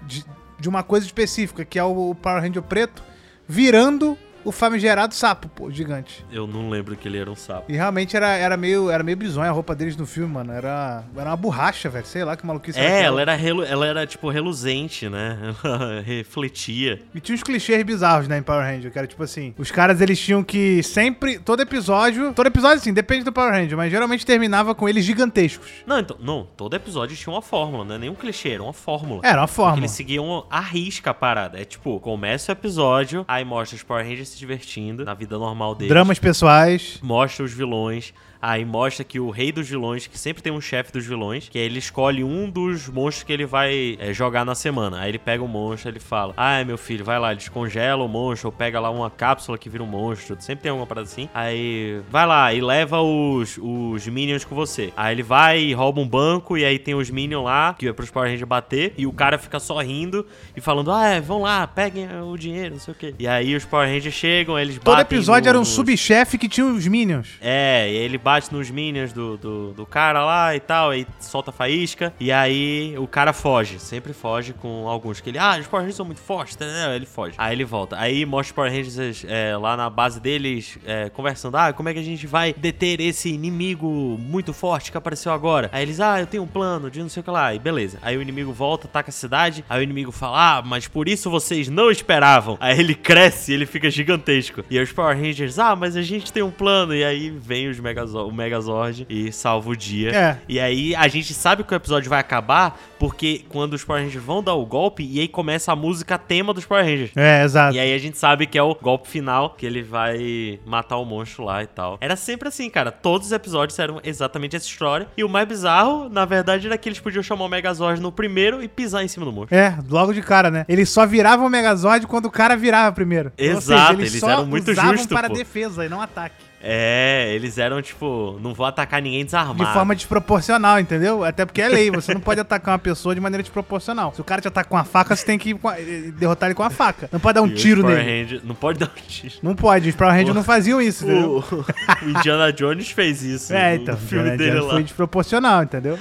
Speaker 3: De, de uma coisa específica, que é o Power Ranger preto virando o famigerado sapo, pô, gigante.
Speaker 2: Eu não lembro que ele era um sapo.
Speaker 3: E realmente era, era meio era meio bizonha a roupa deles no filme, mano. Era, era uma borracha, velho. Sei lá que maluquice era
Speaker 2: É,
Speaker 3: aquela.
Speaker 2: ela era, relu- ela era tipo reluzente, né? Ela refletia.
Speaker 3: E tinha uns clichês bizarros, né, em Power Ranger, que era tipo assim, os caras eles tinham que sempre, todo episódio, todo episódio assim, depende do Power Ranger, mas geralmente terminava com eles gigantescos.
Speaker 2: Não, então, não, todo episódio tinha uma fórmula, não é nenhum clichê, era uma fórmula.
Speaker 3: Era É, uma
Speaker 2: Que
Speaker 3: forma.
Speaker 2: eles seguiam a risca a parada. É tipo, começa o episódio, aí mostra os Power Rangers se divertindo na vida normal deles.
Speaker 3: Dramas pessoais.
Speaker 2: Mostra os vilões. Aí mostra que o rei dos vilões, que sempre tem um chefe dos vilões, que aí ele escolhe um dos monstros que ele vai é, jogar na semana. Aí ele pega o monstro, ele fala: Ai, meu filho, vai lá, descongela o monstro, ou pega lá uma cápsula que vira um monstro. Sempre tem alguma parada assim. Aí vai lá e leva os, os minions com você. Aí ele vai e rouba um banco, e aí tem os minions lá, que é pros Power Rangers bater, e o cara fica só rindo e falando: Ah, é, vão lá, peguem o dinheiro, não sei o quê. E aí os Power Rangers chegam, eles
Speaker 3: Todo
Speaker 2: batem.
Speaker 3: episódio
Speaker 2: no-
Speaker 3: era um
Speaker 2: nos-
Speaker 3: subchefe que tinha os Minions.
Speaker 2: é, e ele bate nos minions do, do, do cara lá e tal, aí solta faísca, e aí o cara foge, sempre foge com alguns que ele, ah, os Power Rangers são muito fortes, tá, né? ele foge. Aí ele volta, aí mostra os Power Rangers é, lá na base deles é, conversando, ah, como é que a gente vai deter esse inimigo muito forte que apareceu agora? Aí eles, ah, eu tenho um plano de não sei o que lá, e beleza. Aí o inimigo volta, ataca a cidade, aí o inimigo fala, ah, mas por isso vocês não esperavam. Aí ele cresce, ele fica gigantesco. E aí os Power Rangers, ah, mas a gente tem um plano. E aí vem os Megazo- o Megazord e salva o dia.
Speaker 3: É.
Speaker 2: E aí a gente sabe que o episódio vai acabar, porque quando os Power Rangers vão dar o golpe, e aí começa a música tema dos Power Rangers.
Speaker 3: É, exato.
Speaker 2: E aí a gente sabe que é o golpe final, que ele vai matar o monstro lá e tal. Era sempre assim, cara. Todos os episódios eram exatamente essa história. E o mais bizarro, na verdade, era que eles podiam chamar o Megazord no primeiro e pisar em cima do monstro.
Speaker 3: É, logo de cara, né? Eles só viravam o Megazord quando o cara virava primeiro. Ou
Speaker 2: Exato, eles eram muito
Speaker 3: usavam
Speaker 2: justo,
Speaker 3: para
Speaker 2: pô.
Speaker 3: defesa e não ataque.
Speaker 2: É, eles eram tipo, não vou atacar ninguém desarmado.
Speaker 3: De forma desproporcional, entendeu? Até porque é lei, você não pode atacar uma pessoa de maneira desproporcional. Se o cara te ataca com uma faca, você tem que ir com a- eh, derrotar ele com a faca. Não pode dar um
Speaker 2: E os
Speaker 3: tiro
Speaker 2: Power
Speaker 3: nele.
Speaker 2: Ranger- não pode dar um tiro.
Speaker 3: Não pode, os Power Rangers não faziam isso, entendeu?
Speaker 2: O, o Indiana Jones fez isso.
Speaker 3: É,
Speaker 2: no-
Speaker 3: então,
Speaker 2: no filme
Speaker 3: Indiana
Speaker 2: dele
Speaker 3: Jones
Speaker 2: lá.
Speaker 3: foi desproporcional, entendeu?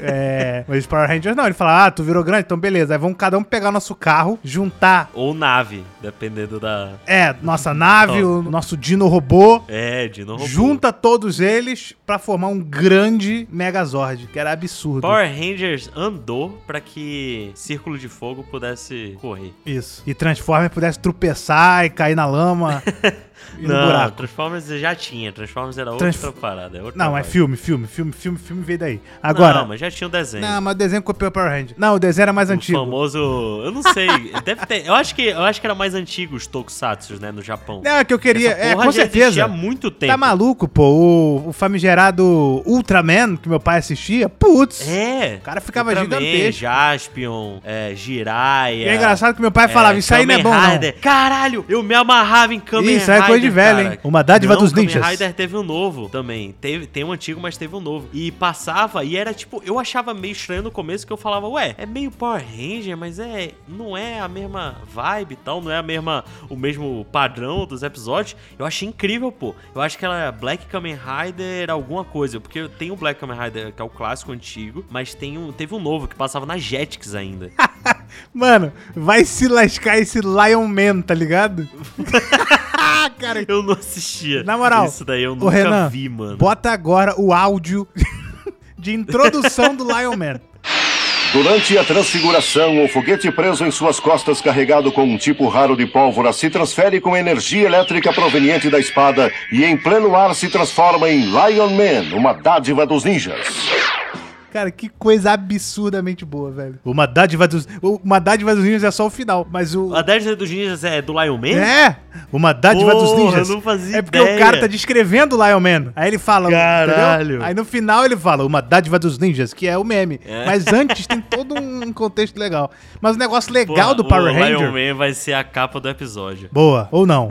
Speaker 3: É, mas os Power Rangers não, ele fala, ah, tu virou grande, então beleza, aí vamos cada um pegar nosso carro, juntar,
Speaker 2: Ou nave, dependendo da.
Speaker 3: é, nossa nave, o nosso Dino robô,
Speaker 2: É, de novo.
Speaker 3: junta todos eles pra formar um grande Megazord, que era absurdo.
Speaker 2: Power Rangers andou pra que Círculo de Fogo pudesse correr.
Speaker 3: Isso. E Transformer pudesse tropeçar e cair na lama e no buraco.
Speaker 2: Transformers já tinha. Transformers era outra
Speaker 3: Transf-
Speaker 2: parada. é outra
Speaker 3: Não, é
Speaker 2: vibe.
Speaker 3: filme, filme, filme, filme, filme veio daí. Agora.
Speaker 2: Não, mas já tinha o desenho.
Speaker 3: Não, mas o desenho copiou o Power Ranger. Não, o desenho era mais
Speaker 2: o
Speaker 3: antigo.
Speaker 2: famoso. Eu não sei. deve ter. Eu acho que, eu acho que era mais antigo os Tokusatsu, né? No Japão.
Speaker 3: Não, é que eu queria.
Speaker 2: Essa
Speaker 3: É,
Speaker 2: porra
Speaker 3: com
Speaker 2: já existia
Speaker 3: certeza.
Speaker 2: há muito tempo.
Speaker 3: Tá maluco, pô? O, o famigerado Ultraman, que meu pai assistia, putz.
Speaker 2: É.
Speaker 3: O cara ficava
Speaker 2: Ultraman,
Speaker 3: gigantesco.
Speaker 2: Jaspion, é, Jiraiya.
Speaker 3: E é engraçado que meu pai falava, isso aí não é bom, não.
Speaker 2: não. Caralho, eu me amarrava em Kamen
Speaker 3: Isso aí é
Speaker 2: Rider,
Speaker 3: coisa de velho, hein?
Speaker 2: cara.
Speaker 3: Uma dádiva
Speaker 2: Não,
Speaker 3: dos
Speaker 2: Kamen
Speaker 3: ninjas.
Speaker 2: Rider teve um novo também. Teve, tem um antigo, mas teve um novo. E passava e era tipo, eu achava meio estranho no começo que eu falava, ué, é meio Power Ranger, mas é não é a mesma vibe e tal, não é a mesma o mesmo padrão dos episódios. Eu achei incrível, pô. Eu acho que era Black Kamen Rider alguma coisa, porque tem o Black Kamen Rider que é o clássico antigo, mas tem um, teve um novo que passava na Jetix ainda.
Speaker 3: Mano, vai se lascar esse Lion Man, tá ligado? cara,
Speaker 2: Eu não assistia.
Speaker 3: Na moral,
Speaker 2: Isso daí eu
Speaker 3: ô
Speaker 2: nunca
Speaker 3: Renan,
Speaker 2: vi, mano.
Speaker 3: bota agora o áudio de introdução do Lion Man.
Speaker 4: Durante a transfiguração, o foguete preso em suas costas, carregado com um tipo raro de pólvora, se transfere com energia elétrica proveniente da espada e, em pleno ar, se transforma em Lion Man, uma dádiva dos ninjas.
Speaker 3: Cara, que coisa absurdamente boa, velho. Uma dádiva dos. Uma dádiva dos ninjas é só o final, mas o.
Speaker 2: A 10 dos ninjas é do Lion Man?
Speaker 3: É! Uma dádiva dos
Speaker 2: Porra,
Speaker 3: ninjas.
Speaker 2: eu não fazia
Speaker 3: é porque
Speaker 2: ideia.
Speaker 3: o cara tá descrevendo o Lion Man. Aí ele fala.
Speaker 2: Caralho.
Speaker 3: Aí no final ele fala, uma dádiva dos ninjas, que é o meme.
Speaker 2: É.
Speaker 3: Mas antes tem todo um contexto legal. Mas o negócio legal
Speaker 2: Porra,
Speaker 3: do Power
Speaker 2: o
Speaker 3: Ranger.
Speaker 2: Lion Man vai ser a capa do episódio.
Speaker 3: Boa, ou não.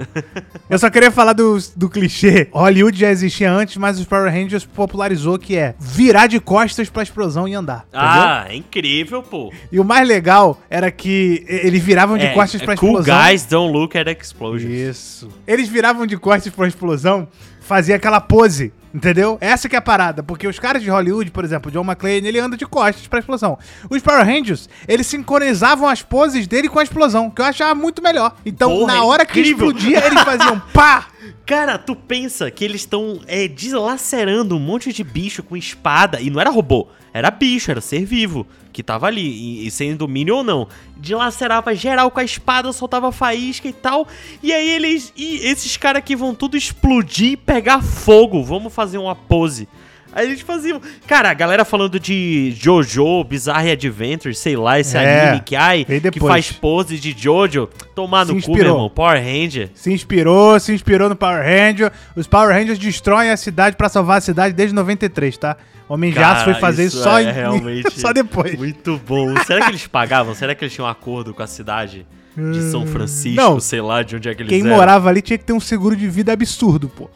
Speaker 3: Eu só queria falar do, do clichê. Hollywood já existia antes, mas os Power Rangers popularizou que é virar de costas pra explosão e andar. Entendeu?
Speaker 2: Ah, é incrível, pô.
Speaker 3: E o mais legal era que e- eles viravam de
Speaker 2: é,
Speaker 3: costas
Speaker 2: é
Speaker 3: pra
Speaker 2: cool
Speaker 3: explosão.
Speaker 2: guys don't look at explosions.
Speaker 3: Isso. Eles viravam de costas pra explosão, fazia aquela pose, entendeu? Essa que é a parada, porque os caras de Hollywood, por exemplo, John McClane, ele anda de costas pra explosão. Os Power Rangers, eles sincronizavam as poses dele com a explosão, que eu achava muito melhor. Então,
Speaker 2: Porra,
Speaker 3: na hora que
Speaker 2: incrível.
Speaker 3: explodia, eles faziam pá!
Speaker 2: Cara, tu pensa que eles estão é, deslacerando um monte de bicho com espada, e não era robô, era bicho, era ser vivo, que tava ali, e, e sem domínio ou não. Dilacerava geral com a espada, soltava faísca e tal, e aí eles. E esses caras aqui vão tudo explodir e pegar fogo, vamos fazer uma pose. Aí eles faziam. Cara, a galera falando de JoJo, Bizarre Adventure, sei lá, esse
Speaker 3: É,
Speaker 2: anime que ai,
Speaker 3: veio
Speaker 2: que
Speaker 3: depois.
Speaker 2: faz pose de JoJo, tomar
Speaker 3: Se
Speaker 2: no cu, meu
Speaker 3: inspirou.
Speaker 2: irmão, Power Ranger.
Speaker 3: Se inspirou, se inspirou no Power Ranger. Os Power Rangers destroem a cidade pra salvar a cidade desde 93, tá? Homem de Aço
Speaker 2: Cara,
Speaker 3: foi fazer isso, só,
Speaker 2: é
Speaker 3: em-
Speaker 2: realmente
Speaker 3: só depois.
Speaker 2: Muito bom. Será que eles pagavam? Será que eles tinham um acordo com a cidade de São Francisco?
Speaker 3: Hum, não.
Speaker 2: Sei lá de onde é que eles
Speaker 3: Quem
Speaker 2: eram?
Speaker 3: morava ali tinha que ter um seguro de vida absurdo, pô.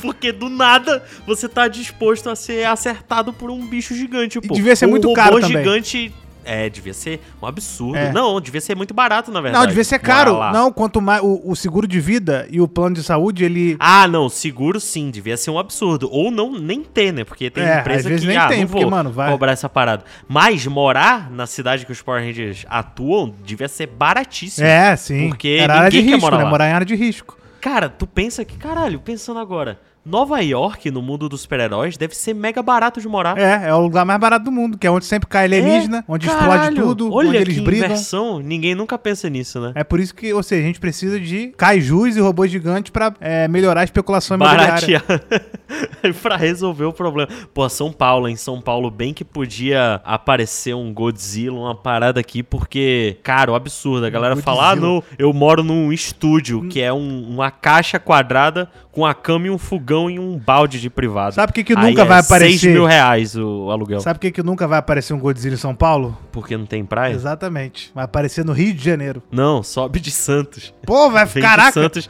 Speaker 2: Porque do nada você tá disposto a ser acertado por um bicho gigante, pô.
Speaker 3: devia ser
Speaker 2: um
Speaker 3: muito
Speaker 2: robô
Speaker 3: caro também.
Speaker 2: gigante. É, devia ser um absurdo.
Speaker 3: É.
Speaker 2: Não, devia ser muito barato, na verdade.
Speaker 3: Não, devia ser
Speaker 2: morar
Speaker 3: caro.
Speaker 2: lá.
Speaker 3: Não, quanto mais o, o seguro de vida e o plano de saúde, ele
Speaker 2: Ah, não, seguro sim, devia ser um absurdo. Ou não, nem ter, né? Porque tem
Speaker 3: É, às
Speaker 2: empresa
Speaker 3: vezes
Speaker 2: que
Speaker 3: nem
Speaker 2: ah,
Speaker 3: tem,
Speaker 2: não
Speaker 3: porque,
Speaker 2: vou
Speaker 3: mano, vai-
Speaker 2: cobrar essa parada. Mas morar na cidade que os Power Rangers atuam devia ser baratíssimo.
Speaker 3: é, sim.
Speaker 2: Ah, Porque
Speaker 3: era área de
Speaker 2: ninguém quer
Speaker 3: risco,
Speaker 2: morar
Speaker 3: né?
Speaker 2: lá.
Speaker 3: Morar em área de risco.
Speaker 2: Cara, tu pensa que, caralho, pensando agora, Nova York, no mundo dos super-heróis, deve ser mega barato de morar.
Speaker 3: É, é o lugar mais barato do mundo, que é onde sempre cai alienígena,
Speaker 2: Ah. É,
Speaker 3: onde explode
Speaker 2: caralho,
Speaker 3: tudo,
Speaker 2: Olha
Speaker 3: onde eles
Speaker 2: que
Speaker 3: brigam.
Speaker 2: inversão, ninguém nunca pensa nisso, né?
Speaker 3: É por isso que, ou seja, a gente precisa de kaijus e robôs gigantes pra é, melhorar a especulação imobiliária.
Speaker 2: Baratear. pra resolver o problema. Pô, São Paulo, em São Paulo, bem que podia aparecer um Godzilla, uma parada aqui, porque, cara, o absurdo. A galera fala, ah, não, eu moro num estúdio,
Speaker 3: Hum.
Speaker 2: que é um- uma caixa quadrada com a cama e um fogão e um balde de privado.
Speaker 3: Sabe o que que
Speaker 2: Aí
Speaker 3: nunca vai aparecer?
Speaker 2: 6 mil reais o aluguel.
Speaker 3: Sabe por que, que nunca vai aparecer um Godzilla em São Paulo?
Speaker 2: Porque não tem praia?
Speaker 3: Exatamente. Vai aparecer no Rio de Janeiro.
Speaker 2: Não, sobe de Santos.
Speaker 3: Pô, vai
Speaker 2: Vem de
Speaker 3: caraca.
Speaker 2: Santos,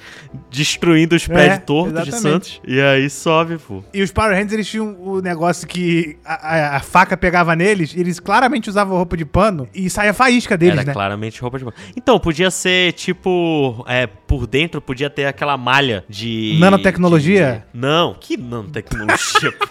Speaker 2: destruindo os prédios
Speaker 3: É,
Speaker 2: tortos de
Speaker 3: exatamente.
Speaker 2: Santos. E aí sobe, pô.
Speaker 3: E os Power Rangers, eles tinham o negócio que a, a- a faca pegava neles, e eles claramente usavam roupa de pano e saia faísca deles,
Speaker 2: Era
Speaker 3: né?
Speaker 2: claramente roupa de banho. Então, podia ser tipo. é, por dentro podia ter aquela malha de.
Speaker 3: Nanotecnologia?
Speaker 2: de- não, que nanotecnologia? pô?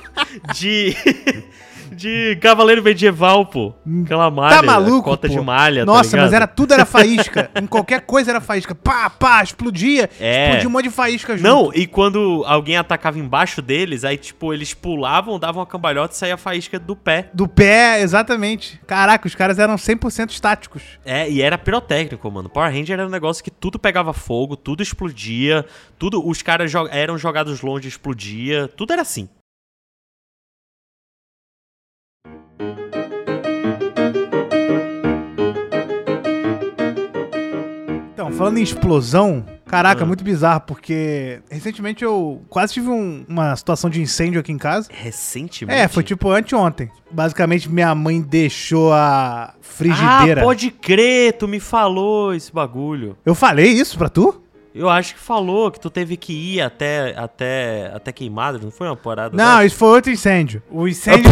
Speaker 2: de. De Cavaleiro Medieval, pô. Aquela malha.
Speaker 3: tá maluco?
Speaker 2: Cota
Speaker 3: pô?
Speaker 2: de malha. tá
Speaker 3: Nossa, mas
Speaker 2: ligado?
Speaker 3: era tudo era faísca. em qualquer coisa era faísca. Pá, pá, explodia.
Speaker 2: É.
Speaker 3: Explodia um monte de faísca junto.
Speaker 2: Não, e quando alguém atacava embaixo deles, aí, tipo, eles pulavam, davam a cambalhota e saía a faísca do pé.
Speaker 3: Do pé, exatamente. Caraca, os caras eram 100% estáticos.
Speaker 2: É, e era pirotécnico, mano. Power Ranger era um negócio que tudo pegava fogo, tudo explodia, tudo. Os caras jo- eram jogados longe, explodia. Tudo era assim.
Speaker 3: Então, falando em explosão, caraca,
Speaker 2: Ah.
Speaker 3: muito bizarro, porque recentemente eu quase tive um- uma situação de incêndio aqui em casa.
Speaker 2: Recentemente?
Speaker 3: É, foi tipo anteontem. Basicamente, minha mãe deixou a frigideira.
Speaker 2: Ah, pode crer, tu me falou esse bagulho.
Speaker 3: Eu falei isso pra tu?
Speaker 2: Eu acho que falou que tu teve que ir até, até, até queimado, não foi uma parada?
Speaker 3: Não,
Speaker 2: dessa?
Speaker 3: isso foi outro incêndio. Ah, O incêndio.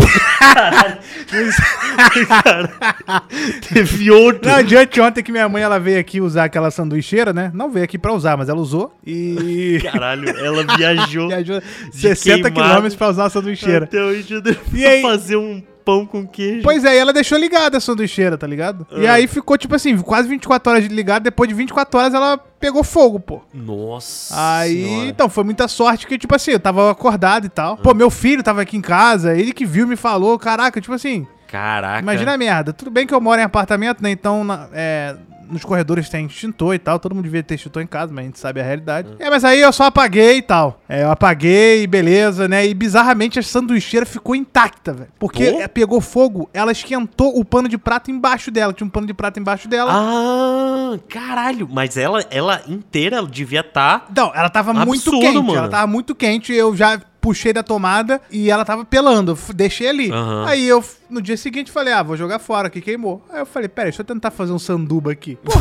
Speaker 2: teve outro.
Speaker 3: Não, de anteontem que minha mãe ela veio aqui usar aquela sanduicheira, né? Não veio aqui pra usar, mas ela usou. E.
Speaker 2: Caralho, ela viajou.
Speaker 3: Viajou
Speaker 2: de
Speaker 3: 60
Speaker 2: queimado
Speaker 3: quilômetros pra usar a sanduicheira.
Speaker 2: Até o Índio pra
Speaker 3: E aí?
Speaker 2: fazer um pão com queijo.
Speaker 3: Pois é, e ela deixou ligada a sanduicheira, tá ligado? E
Speaker 2: Ah.
Speaker 3: aí ficou, tipo assim, quase 24 horas ligada. Depois de 24 horas ela pegou fogo, pô.
Speaker 2: Nossa.
Speaker 3: Aí,
Speaker 2: senhora. Ah.
Speaker 3: então, foi muita sorte que, tipo assim, eu tava acordado e tal. Pô, meu filho tava aqui em casa, ele que viu me falou, caraca, tipo assim,
Speaker 2: Caraca.
Speaker 3: imagina a merda. Tudo bem que eu moro em apartamento, né? Então, na- é, nos corredores tem extintor e tal. Todo mundo devia ter extintor em casa, mas a gente sabe a realidade. É, mas aí eu só apaguei e tal. É, eu apaguei, beleza, né? E bizarramente a sanduicheira ficou intacta, velho. Porque
Speaker 2: Pô.
Speaker 3: é, pegou fogo, ela esquentou o pano de prato embaixo dela. Tinha um pano de prato embaixo dela.
Speaker 2: Ah, caralho. Mas ela, ela inteira devia tá estar.
Speaker 3: Não, ela tava muito
Speaker 2: Absurdo,
Speaker 3: quente.
Speaker 2: mano.
Speaker 3: Ela tava muito quente. Eu já puxei da tomada e ela tava pelando. Eu f- deixei ali.
Speaker 2: Aham.
Speaker 3: Aí eu, f- no dia seguinte, falei: ah, vou jogar fora, que queimou. Aí eu falei: pera, deixa eu tentar fazer um sanduba aqui. Pô,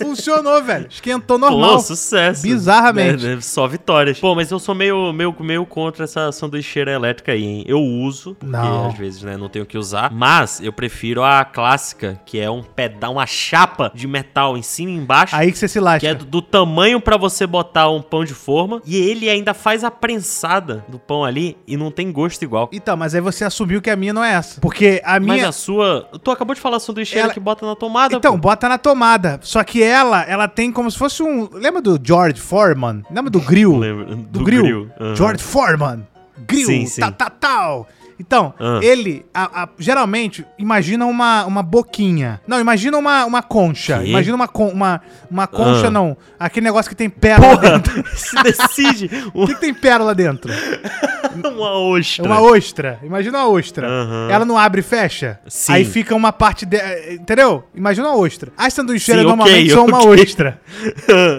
Speaker 3: funcionou, velho. Esquentou normal.
Speaker 2: Pô, sucesso.
Speaker 3: Bizarramente.
Speaker 2: É, é, só vitórias. Pô, mas eu sou meio, meio, meio contra essa sanduicheira elétrica aí, hein? Eu uso, porque
Speaker 3: Não.
Speaker 2: às vezes, né, não tenho que usar. Mas eu prefiro a clássica, que é um pedal, uma chapa de metal em cima e embaixo.
Speaker 3: Aí que você se
Speaker 2: Que é
Speaker 3: lasca.
Speaker 2: do, do tamanho pra você botar um pão de forma. E ele ainda faz a prensada do pão ali e não tem gosto igual.
Speaker 3: Então, mas aí você assumiu que a minha não é essa. Porque a
Speaker 2: Mas
Speaker 3: minha.
Speaker 2: a sua. Tu acabou de falar a sanduicheira
Speaker 3: Ela-
Speaker 2: que bota na tomada.
Speaker 3: Então,
Speaker 2: pô.
Speaker 3: bota na tomada. Só que ela, ela tem como se fosse um. Lembra do George Foreman? Lembra do grill?
Speaker 2: Lembro.
Speaker 3: do, grill.
Speaker 2: aham.
Speaker 3: George Foreman. Grill.
Speaker 2: Sim, sim.
Speaker 3: Tá, tá, tal. Então,
Speaker 2: Ah.
Speaker 3: ele, a- a- geralmente, imagina uma, uma boquinha. Não, imagina uma, uma concha.
Speaker 2: Quê?
Speaker 3: Imagina uma, con- uma, uma concha,
Speaker 2: Ah.
Speaker 3: não. Aquele negócio que tem pérola
Speaker 2: Porra!
Speaker 3: dentro.
Speaker 2: se decide.
Speaker 3: O que, que tem pérola dentro?
Speaker 2: Uma
Speaker 3: É
Speaker 2: ostra.
Speaker 3: uma ostra. Imagina uma ostra.
Speaker 2: Aham.
Speaker 3: Ela não abre e fecha?
Speaker 2: Sim.
Speaker 3: Aí fica uma parte. De... Entendeu? Imagina uma ostra. As sanduicheiras
Speaker 2: Sim, ok,
Speaker 3: normalmente são uma
Speaker 2: ok.
Speaker 3: ostra.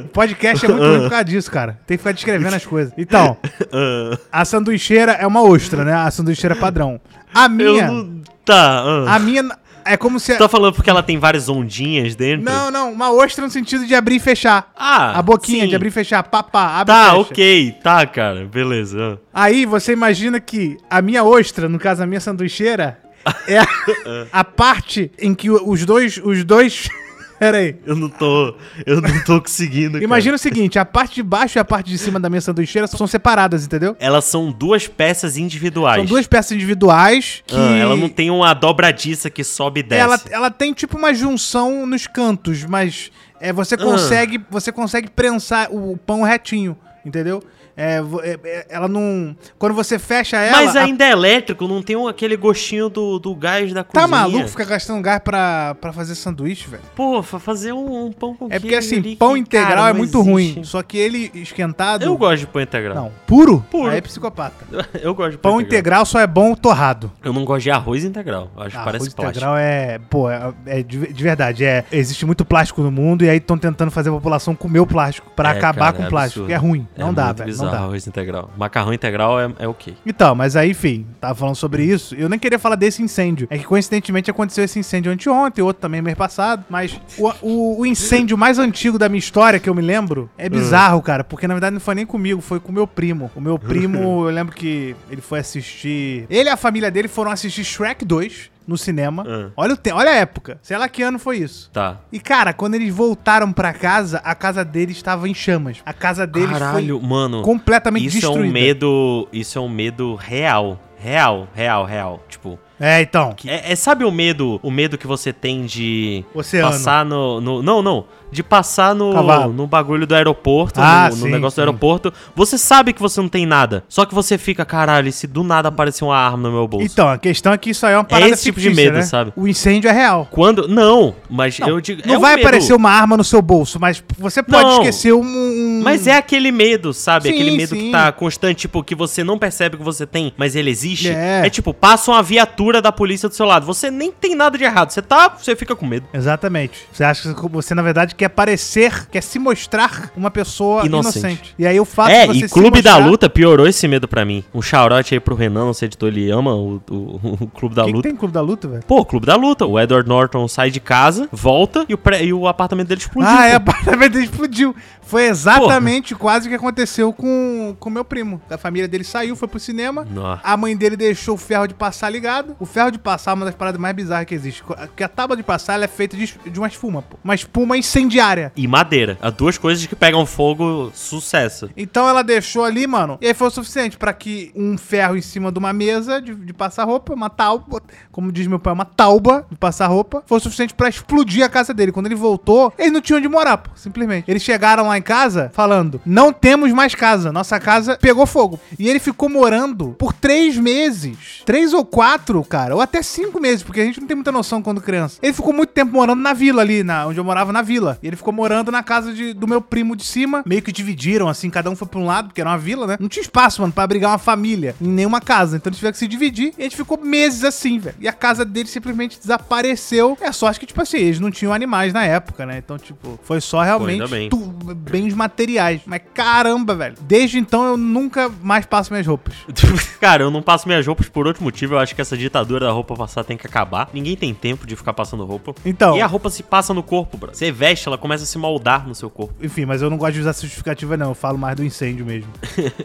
Speaker 3: O podcast é muito ruim por causa disso, cara. Tem que ficar descrevendo as coisas. Então,
Speaker 2: Ah,
Speaker 3: A sanduicheira é uma ostra, né? A sanduicheira padrão. A minha.
Speaker 2: eu não. Tá. ah.
Speaker 3: A minha é como se.
Speaker 2: Tá falando porque ela tem várias ondinhas dentro?
Speaker 3: Não, não. Uma ostra no sentido de abrir e fechar.
Speaker 2: Ah,
Speaker 3: a boquinha
Speaker 2: sim.
Speaker 3: de abrir e fechar. Papá, abre e
Speaker 2: Tá,
Speaker 3: fecha.
Speaker 2: ok. Tá, cara. Beleza.
Speaker 3: Aí você imagina que a minha ostra, no caso a minha sanduicheira, é a, a parte em que o- os dois. Os dois. Peraí.
Speaker 2: Eu não tô. Eu não tô conseguindo.
Speaker 3: Imagina o seguinte: a parte de baixo e a parte de cima da minha sanduicheira são separadas, entendeu?
Speaker 2: Cara. Elas são duas peças individuais.
Speaker 3: São duas peças individuais que.
Speaker 2: Ah, ela não tem uma dobradiça que sobe e desce.
Speaker 3: Ela, ela tem tipo uma junção nos cantos,
Speaker 2: Ah.
Speaker 3: mas é, você consegue você consegue prensar o pão retinho, entendeu? É, vo- é, é, ela não. Quando você fecha ela.
Speaker 2: Mas
Speaker 3: a-
Speaker 2: ainda é elétrico, não tem um- aquele gostinho do, do gás da cozinha.
Speaker 3: Tá maluco ficar gastando gás pra, pra fazer sanduíche, velho?
Speaker 2: Pô, fa- fazer um, um pão com
Speaker 3: É porque
Speaker 2: queijo
Speaker 3: assim,
Speaker 2: ali
Speaker 3: pão
Speaker 2: que,
Speaker 3: integral
Speaker 2: cara,
Speaker 3: é
Speaker 2: não
Speaker 3: muito
Speaker 2: existe.
Speaker 3: ruim. Só que ele esquentado.
Speaker 2: Eu gosto de pão integral.
Speaker 3: Não, puro?
Speaker 2: Puro.
Speaker 3: Aí é psicopata.
Speaker 2: Eu gosto de pão,
Speaker 3: Pão integral só é bom torrado.
Speaker 2: Eu não gosto de arroz integral. Eu Acho que
Speaker 3: Ah, arroz
Speaker 2: parece plástico.
Speaker 3: integral é, pô, é, é de, de verdade, é, existe muito plástico no mundo e aí estão tentando fazer a população comer o plástico pra
Speaker 2: É,
Speaker 3: acabar
Speaker 2: cara,
Speaker 3: com
Speaker 2: é
Speaker 3: o plástico.
Speaker 2: absurdo.
Speaker 3: É ruim, não dá,
Speaker 2: muito
Speaker 3: velho,
Speaker 2: bizarro
Speaker 3: não dá.
Speaker 2: arroz integral. Macarrão integral é, é ok.
Speaker 3: Então, mas aí, enfim, tava falando sobre isso. Eu nem queria falar desse incêndio. É que coincidentemente aconteceu esse incêndio anteontem, outro também mês passado. Mas o, o- o incêndio mais antigo da minha história, que eu me lembro,
Speaker 2: Ah.
Speaker 3: é bizarro, cara. Porque na verdade não foi nem comigo, foi com o meu primo. O meu primo, eu lembro que ele foi assistir. Ele e a família dele foram assistir Shrek 2 no cinema.
Speaker 2: Ah.
Speaker 3: Olha, o te... Olha a época. Sei lá que ano foi isso.
Speaker 2: Tá.
Speaker 3: E cara, quando eles voltaram pra casa, a casa dele estava em chamas. A casa deles
Speaker 2: Caralho, mano.
Speaker 3: foi completamente
Speaker 2: Isso
Speaker 3: destruída.
Speaker 2: é um medo. Isso é um medo real. Real, real, real. Tipo,
Speaker 3: É, então.
Speaker 2: que- é, é- sabe o medo, o medo que você tem de
Speaker 3: Oceano.
Speaker 2: passar no, no- Não, não. De passar no,
Speaker 3: Cavalo.
Speaker 2: no bagulho do aeroporto,
Speaker 3: Ah,
Speaker 2: no, no
Speaker 3: sim,
Speaker 2: negócio
Speaker 3: sim.
Speaker 2: do aeroporto. Você sabe que você não tem nada. Só que você fica, caralho, e se do nada aparecer uma arma no meu bolso.
Speaker 3: Então, a questão é que isso aí é uma parada
Speaker 2: esse tipo de
Speaker 3: fictícia,
Speaker 2: medo,
Speaker 3: né?
Speaker 2: sabe?
Speaker 3: O incêndio é real.
Speaker 2: Quando. Não, mas eu digo.
Speaker 3: Não
Speaker 2: é um
Speaker 3: vai
Speaker 2: medo.
Speaker 3: aparecer uma arma no seu bolso, mas você pode
Speaker 2: Não.
Speaker 3: esquecer um, um-
Speaker 2: Mas é aquele medo, sabe?
Speaker 3: Sim,
Speaker 2: aquele medo
Speaker 3: sim.
Speaker 2: que tá constante, tipo, que você não percebe que você tem, mas ele existe.
Speaker 3: É.
Speaker 2: É, tipo, passa uma viatura da polícia do seu lado. Você nem tem nada de errado. Você tá. Você fica com medo.
Speaker 3: Exatamente. Você acha que você, na verdade, quer parecer, quer se mostrar uma pessoa inocente.
Speaker 2: Inocente.
Speaker 3: E aí o fato
Speaker 2: é,
Speaker 3: de você
Speaker 2: e
Speaker 3: se
Speaker 2: Clube da
Speaker 3: mostrar-
Speaker 2: Luta piorou esse medo pra mim. Um shoutout aí pro Renan, nosso editor, ele ama o, o- o Clube da
Speaker 3: Quem que
Speaker 2: Luta.
Speaker 3: tem Clube da Luta, velho?
Speaker 2: Pô, Clube da Luta. O Edward Norton sai de casa, volta e o, pré- e o apartamento dele explodiu.
Speaker 3: Ah,
Speaker 2: pô.
Speaker 3: é, a apartamento explodiu. Foi exatamente quase o que aconteceu com o meu primo. A família dele saiu, foi pro cinema.
Speaker 2: Nossa.
Speaker 3: A mãe dele deixou o ferro de passar ligado. O ferro de passar é uma das paradas mais bizarras que existe. Porque a tábua de passar ela é feita de, es- de uma espuma, pô. Uma espuma incendiária.
Speaker 2: E madeira. As duas coisas que pegam fogo, sucesso.
Speaker 3: Então ela deixou ali, mano. E aí foi o suficiente pra que um ferro em cima de uma mesa de, de passar roupa, uma tauba, como diz meu pai, uma tauba de passar roupa, foi o suficiente pra explodir a casa dele. Quando ele voltou, ele não tinha onde morar, pô, simplesmente. Eles chegaram lá em casa falando: "Não temos mais casa, nossa casa pegou fogo". E ele ficou morando por três meses, três ou quatro, cara, ou até cinco meses, porque a gente não tem muita noção quando criança. Ele ficou muito tempo morando na vila ali, na, onde eu morava na vila. E ele ficou morando na casa de- do meu primo de cima. Meio que dividiram, assim, cada um foi pra um lado, porque era uma vila, né? Não tinha espaço, mano, pra abrigar uma família em nenhuma casa. Então eles tiveram que se dividir. E a gente ficou meses assim, velho. E a casa dele simplesmente desapareceu. É só acho que, tipo assim, eles não tinham animais na época, né? Então, tipo, foi só realmente
Speaker 2: ainda bem.
Speaker 3: tu- bens materiais. Mas caramba, velho. Desde então eu nunca mais passo minhas roupas.
Speaker 2: Cara, eu não passo minhas roupas por outro motivo. Eu acho que essa ditadura da roupa passar tem que acabar. Ninguém tem tempo de ficar passando roupa.
Speaker 3: Então.
Speaker 2: E a roupa se passa no corpo, bro. Você veste, ela começa a se moldar no seu corpo.
Speaker 3: Enfim, mas eu não gosto de usar justificativa, não. Eu falo mais do incêndio mesmo.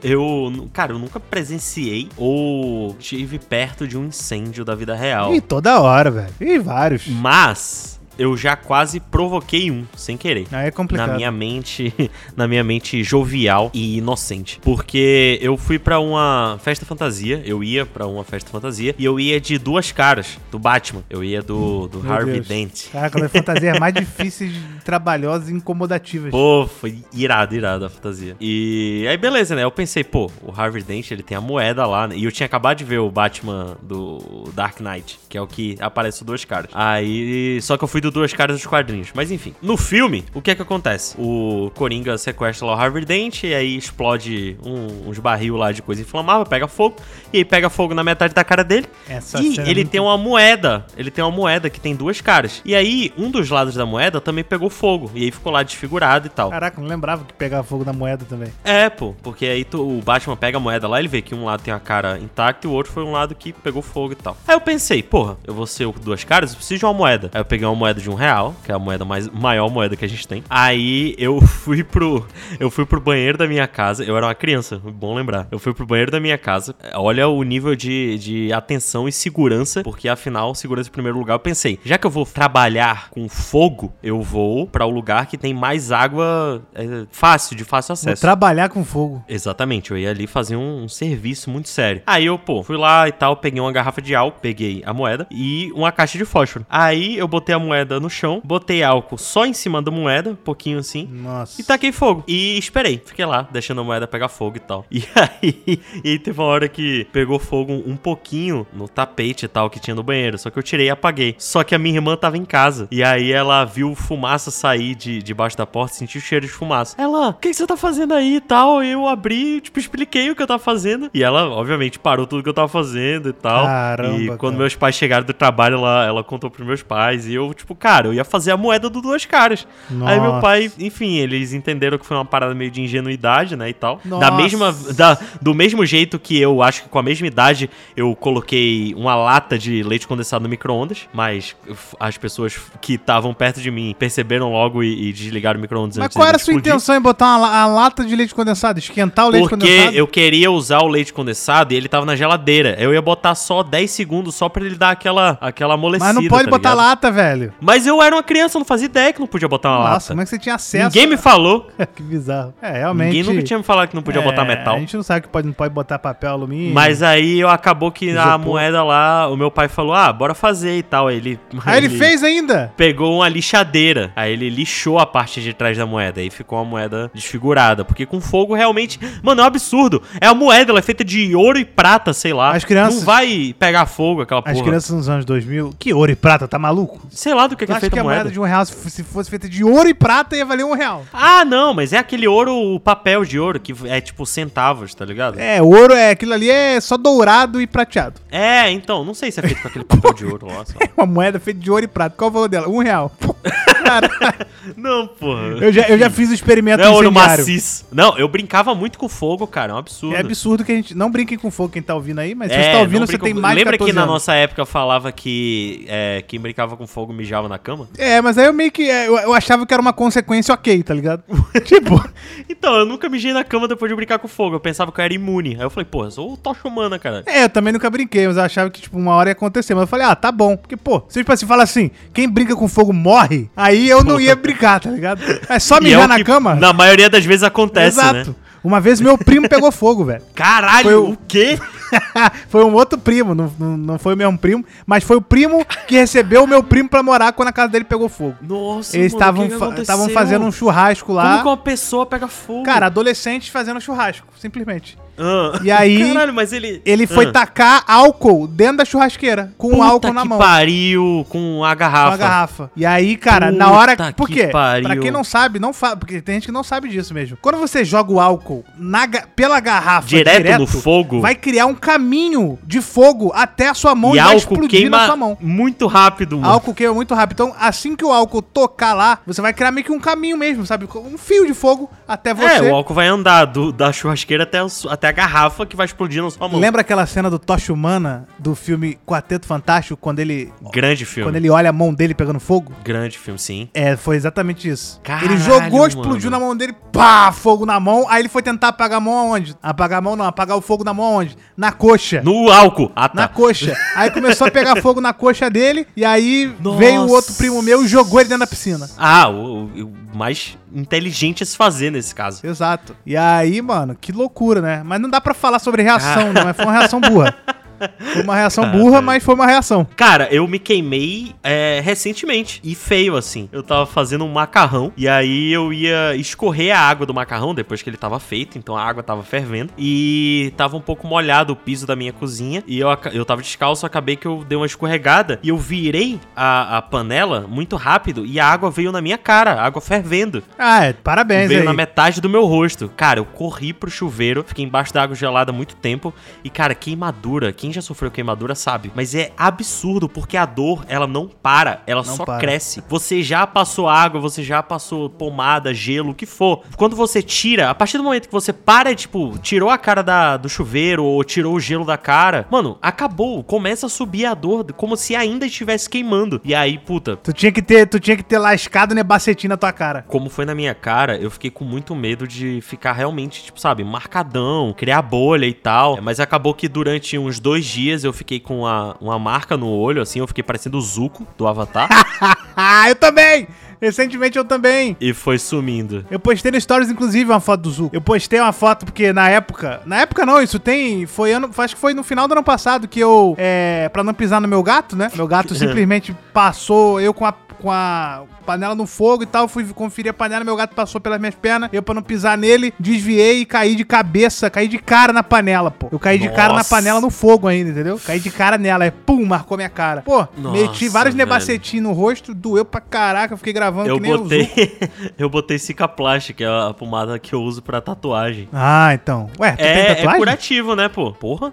Speaker 2: Eu, nu- cara, eu nunca presenciei ou tive perto de um incêndio da vida real.
Speaker 3: Ih, toda hora, velho. Ih, vários.
Speaker 2: Hum. Mas eu já quase provoquei um, sem querer.
Speaker 3: Aí é complicado.
Speaker 2: Na minha mente, na minha mente jovial e inocente, porque eu fui pra uma festa fantasia, eu ia pra uma festa fantasia e eu ia de duas caras do Batman, eu ia do, do
Speaker 3: Meu
Speaker 2: Harvey
Speaker 3: Deus.
Speaker 2: Dent.
Speaker 3: Caraca, as fantasias mais difíceis, trabalhosas e incomodativas.
Speaker 2: Pô, foi irado, irado a fantasia. E aí, beleza, né? Eu pensei, pô, o Harvey Dent, ele tem a moeda lá, né? E eu tinha acabado de ver o Batman do Dark Knight, que é o que aparece o Duas Caras. Aí, só que eu fui do Duas Caras dos quadrinhos. Mas enfim, no filme, o que é que acontece? O Coringa sequestra lá o Harvey Dent, e aí explode um- uns barril lá de coisa inflamável, pega fogo, e aí pega fogo na metade da cara dele.
Speaker 3: Essa
Speaker 2: e
Speaker 3: cena é
Speaker 2: ele
Speaker 3: muito
Speaker 2: tem uma moeda. Ele tem uma moeda que tem duas caras. E aí, um dos lados da moeda também pegou fogo. E aí ficou lá desfigurado e tal.
Speaker 3: Caraca, não lembrava que pegava fogo na moeda também.
Speaker 2: É, pô. Porque aí tu- o Batman pega a moeda lá, ele vê que um lado tem a cara intacta e o outro foi um lado que pegou fogo e tal. Aí eu pensei, porra, eu vou ser o duas caras, eu preciso de uma moeda. Aí eu peguei uma moeda de um real, que é a moeda mais maior moeda que a gente tem. Aí eu fui pro. Eu fui pro banheiro da minha casa. Eu era uma criança, bom lembrar. Eu fui pro banheiro da minha casa. Olha o nível de, de atenção e segurança, porque afinal, segurança em primeiro lugar. Eu pensei, já que eu vou trabalhar com fogo, eu vou pra o lugar que tem mais água é, fácil, de fácil
Speaker 3: Vou
Speaker 2: acesso.
Speaker 3: trabalhar com fogo.
Speaker 2: Exatamente, eu ia ali fazer um, um serviço muito sério. Aí eu, pô, fui lá e tal, peguei uma garrafa de álcool, peguei a moeda e uma caixa de fósforo. Aí eu botei a moeda moeda no chão, botei álcool só em cima da moeda, um pouquinho assim,
Speaker 3: Nossa.
Speaker 2: e taquei fogo. E esperei. Fiquei lá, deixando a moeda pegar fogo e tal. E aí, e aí teve uma hora que pegou fogo um pouquinho no tapete e tal que tinha no banheiro. Só que eu tirei e apaguei. Só que a minha irmã tava em casa. E aí ela viu fumaça sair de debaixo da porta, sentiu o cheiro de fumaça. Ela, o que, que você tá fazendo aí e tal? Eu abri, tipo, expliquei o que eu tava fazendo. E ela, obviamente, parou tudo que eu tava fazendo e tal.
Speaker 3: Caramba,
Speaker 2: E
Speaker 3: cara.
Speaker 2: quando meus pais chegaram do trabalho, ela, ela contou pros meus pais. E eu, tipo, cara, eu ia fazer a moeda do dois caras. Aí meu
Speaker 3: Nossa.
Speaker 2: pai, enfim, eles entenderam que foi uma parada meio de ingenuidade, né, e tal. Da
Speaker 3: Nossa.
Speaker 2: mesma, da, do mesmo jeito que eu acho que com a mesma idade eu coloquei uma lata de leite condensado no micro-ondas, mas f- as pessoas que estavam perto de mim perceberam logo e, e desligaram o micro-ondas
Speaker 3: Mas
Speaker 2: antes
Speaker 3: qual
Speaker 2: dele
Speaker 3: era a sua
Speaker 2: explodir.
Speaker 3: intenção em botar uma, la- a lata de leite condensado? Esquentar o leite
Speaker 2: Porque
Speaker 3: condensado?
Speaker 2: eu queria usar o leite condensado e ele tava na geladeira. Eu ia botar só 10 segundos só pra ele dar aquela, aquela amolecida.
Speaker 3: Mas não pode
Speaker 2: tá
Speaker 3: botar
Speaker 2: ligado?
Speaker 3: lata, velho.
Speaker 2: Mas eu era uma criança, eu não fazia ideia que não podia botar uma
Speaker 3: Nossa, como
Speaker 2: lata.
Speaker 3: é que você tinha acesso?
Speaker 2: Ninguém me falou.
Speaker 3: que bizarro. É, realmente.
Speaker 2: Ninguém nunca tinha me falado que não podia
Speaker 3: É,
Speaker 2: botar metal.
Speaker 3: A gente não sabe que pode, não pode botar papel, alumínio.
Speaker 2: Mas aí eu acabou que a
Speaker 3: Isopor.
Speaker 2: moeda lá, o meu pai falou: "Ah, bora fazer" e tal. Aí ele
Speaker 3: Aí ele fez ainda?
Speaker 2: pegou uma lixadeira. Aí ele lixou a parte de trás da moeda. Aí ficou uma moeda desfigurada. Porque com fogo realmente. Mano, é um absurdo. É a moeda, ela é feita de ouro e prata, sei lá.
Speaker 3: As crianças-
Speaker 2: Não vai pegar fogo aquela porra.
Speaker 3: As crianças nos anos 2000. Que ouro e prata, tá maluco?
Speaker 2: Sei lá do que,
Speaker 3: Eu
Speaker 2: que é
Speaker 3: acho
Speaker 2: feita
Speaker 3: que a
Speaker 2: a moeda.
Speaker 3: moeda de um real, se f- se fosse feita de ouro e prata, ia valer um real.
Speaker 2: Ah, não, mas é aquele ouro, o papel de ouro, que é tipo centavos, tá ligado? É,
Speaker 3: É, ouro é. Aquilo ali é só dourado e prateado.
Speaker 2: então, não sei se é feito com aquele papel de ouro lá. sei lá.
Speaker 3: Uma moeda feita de ouro e prata. Qual o valor dela? Um real. Pô, Caralho.
Speaker 2: Não, porra.
Speaker 3: Eu já, eu já fiz o experimento
Speaker 2: Não é ouro
Speaker 3: incendiário.
Speaker 2: maciço. Não, eu brincava muito com fogo, cara. É um absurdo.
Speaker 3: É absurdo que a gente. Não brinquem com fogo quem tá ouvindo aí, mas se
Speaker 2: É,
Speaker 3: você tá ouvindo,
Speaker 2: não
Speaker 3: você
Speaker 2: brinca
Speaker 3: tem
Speaker 2: com-
Speaker 3: mais de
Speaker 2: Lembra
Speaker 3: 14
Speaker 2: que na
Speaker 3: anos.
Speaker 2: nossa época falava que é, quem brincava com fogo mijava na cama?
Speaker 3: É, mas aí eu meio que. é, Eu, eu achava que era uma consequência ok, tá ligado? tipo,
Speaker 2: Então, eu nunca mijei na cama depois de brincar com fogo. Eu pensava que eu era imune. Aí eu falei, porra, eu sou tocha humana, cara.
Speaker 3: é, eu também nunca brinquei, mas eu achava que, tipo, uma hora ia acontecer. Mas eu falei, ah, tá bom. Porque, pô, se tipo assim, fala assim, quem brinca com fogo morre, aí eu não ia brincar, tá ligado? É só
Speaker 2: E é
Speaker 3: mijar
Speaker 2: o
Speaker 3: na
Speaker 2: que
Speaker 3: cama?
Speaker 2: Na maioria das vezes acontece,
Speaker 3: Exato.
Speaker 2: né?
Speaker 3: Uma vez meu primo pegou fogo, velho.
Speaker 2: Caralho,
Speaker 3: Foi o-
Speaker 2: o quê?
Speaker 3: foi um outro primo, não, não, não foi o mesmo primo, mas foi o primo que recebeu o meu primo pra morar quando a casa dele pegou fogo.
Speaker 2: Nossa,
Speaker 3: Eles
Speaker 2: mano, o
Speaker 3: estavam
Speaker 2: que que
Speaker 3: fa-
Speaker 2: aconteceu?
Speaker 3: estavam fazendo um churrasco
Speaker 2: Como
Speaker 3: lá.
Speaker 2: que uma pessoa pega fogo?
Speaker 3: Cara, adolescentes fazendo churrasco, simplesmente.
Speaker 2: Ah.
Speaker 3: E aí,
Speaker 2: Caralho, mas ele...
Speaker 3: Ele foi
Speaker 2: Ah.
Speaker 3: tacar álcool dentro da churrasqueira, com um
Speaker 2: Puta
Speaker 3: álcool na
Speaker 2: que
Speaker 3: mão.
Speaker 2: pariu, com a
Speaker 3: Com
Speaker 2: garrafa.
Speaker 3: a garrafa. E aí, cara, na
Speaker 2: Puta
Speaker 3: hora. Por
Speaker 2: que
Speaker 3: quê?
Speaker 2: pariu.
Speaker 3: Pra quem não sabe, não fa... porque tem gente que não sabe disso mesmo. Quando você joga o álcool na ga- pela garrafa
Speaker 2: Direto no fogo?
Speaker 3: vai criar um caminho de fogo até a sua mão
Speaker 2: e
Speaker 3: vai
Speaker 2: álcool
Speaker 3: na
Speaker 2: queima
Speaker 3: sua mão.
Speaker 2: muito rápido, mano.
Speaker 3: Álcool queima muito rápido. Então, assim que o álcool tocar lá, você vai criar meio que um caminho mesmo, sabe? Um fio de fogo até você.
Speaker 2: É, o álcool vai andar do- da churrasqueira até a, su- até a garrafa que vai explodir na sua mão.
Speaker 3: Lembra aquela cena do Tocha Humana do filme Quarteto Fantástico, quando ele.
Speaker 2: Grande filme.
Speaker 3: Quando ele olha a mão dele pegando fogo?
Speaker 2: Grande filme, sim.
Speaker 3: É, foi exatamente isso.
Speaker 2: Caralho,
Speaker 3: ele jogou, explodiu
Speaker 2: mano.
Speaker 3: na mão dele, pá, fogo na mão. Aí ele foi tentar apagar a mão aonde? Apagar a mão não, apagar o fogo na mão aonde? Na coxa.
Speaker 2: No álcool. Ah,
Speaker 3: Na
Speaker 2: tá.
Speaker 3: coxa. Aí começou a pegar fogo na coxa dele, e aí
Speaker 2: Nossa.
Speaker 3: veio o outro primo meu e jogou ele dentro da piscina.
Speaker 2: Ah, o, o- o mais inteligente a se fazer nesse caso.
Speaker 3: Exato. E aí, mano, que loucura, né? Mas não dá pra falar sobre
Speaker 2: Ah.
Speaker 3: reação, não. Mas foi uma reação burra. Foi uma reação
Speaker 2: tá.
Speaker 3: burra, mas foi uma reação.
Speaker 2: Cara, eu me queimei é, recentemente e feio assim. Eu tava fazendo um macarrão e aí eu ia escorrer a água do macarrão depois que ele tava feito, então a água tava fervendo e tava um pouco molhado o piso da minha cozinha e eu, aca- eu tava descalço, acabei que eu dei uma escorregada e eu virei a, a panela muito rápido e a água veio na minha cara, a água fervendo.
Speaker 3: Ah, é, parabéns
Speaker 2: Veio
Speaker 3: aí.
Speaker 2: na metade do meu rosto. Cara, eu corri pro chuveiro, fiquei embaixo da água gelada há muito tempo. E, cara, queimadura. Quem já sofreu queimadura sabe. Mas é absurdo, porque a dor, ela não para. Ela
Speaker 3: Não
Speaker 2: só
Speaker 3: para.
Speaker 2: cresce. Você já passou água, você já passou pomada, gelo, o que for. Quando você tira, a partir do momento que você para, tipo, tirou a cara da, do chuveiro ou tirou o gelo da cara, mano, acabou. Começa a subir a dor, como se ainda estivesse queimando. E aí, puta,
Speaker 3: Tu tinha que ter, tu tinha que ter lascado nebacetinho na tua cara.
Speaker 2: como foi na minha cara, eu fiquei com muito medo de ficar realmente, tipo, sabe, marcadão, criar bolha e tal. Mas acabou que durante uns dois dias eu fiquei com uma, uma marca no olho, assim, eu fiquei parecendo o Zuko do Avatar.
Speaker 3: Ah, eu também! Recentemente eu também.
Speaker 2: e foi sumindo.
Speaker 3: Eu postei no Stories, inclusive, uma foto do Zuko. Eu postei uma foto porque na época. Na época não, isso tem. Foi ano. Acho que foi no final do ano passado que eu. É. Pra não pisar no meu gato, né? Meu gato simplesmente passou eu com a. com a panela no fogo e tal. Fui conferir a panela, meu gato passou pelas minhas pernas. Eu, pra não pisar nele, desviei e caí de cabeça, caí de cara na panela, pô. Eu caí de cara na
Speaker 2: Nossa.
Speaker 3: panela no fogo ainda, entendeu? Caí de cara nela, aí, pum, marcou minha cara. Pô, meti
Speaker 2: Nossa,
Speaker 3: vários
Speaker 2: velho.
Speaker 3: nebacetinhos no rosto, doeu pra caraca, eu fiquei gravando
Speaker 2: Eu
Speaker 3: É que nem o
Speaker 2: botei,
Speaker 3: Zuko.
Speaker 2: eu botei Cicaplast, que é a pomada que eu uso pra tatuagem.
Speaker 3: Ah, então. Ué, tu tem
Speaker 2: É, é
Speaker 3: tatuagem?
Speaker 2: curativo, né, pô? Porra.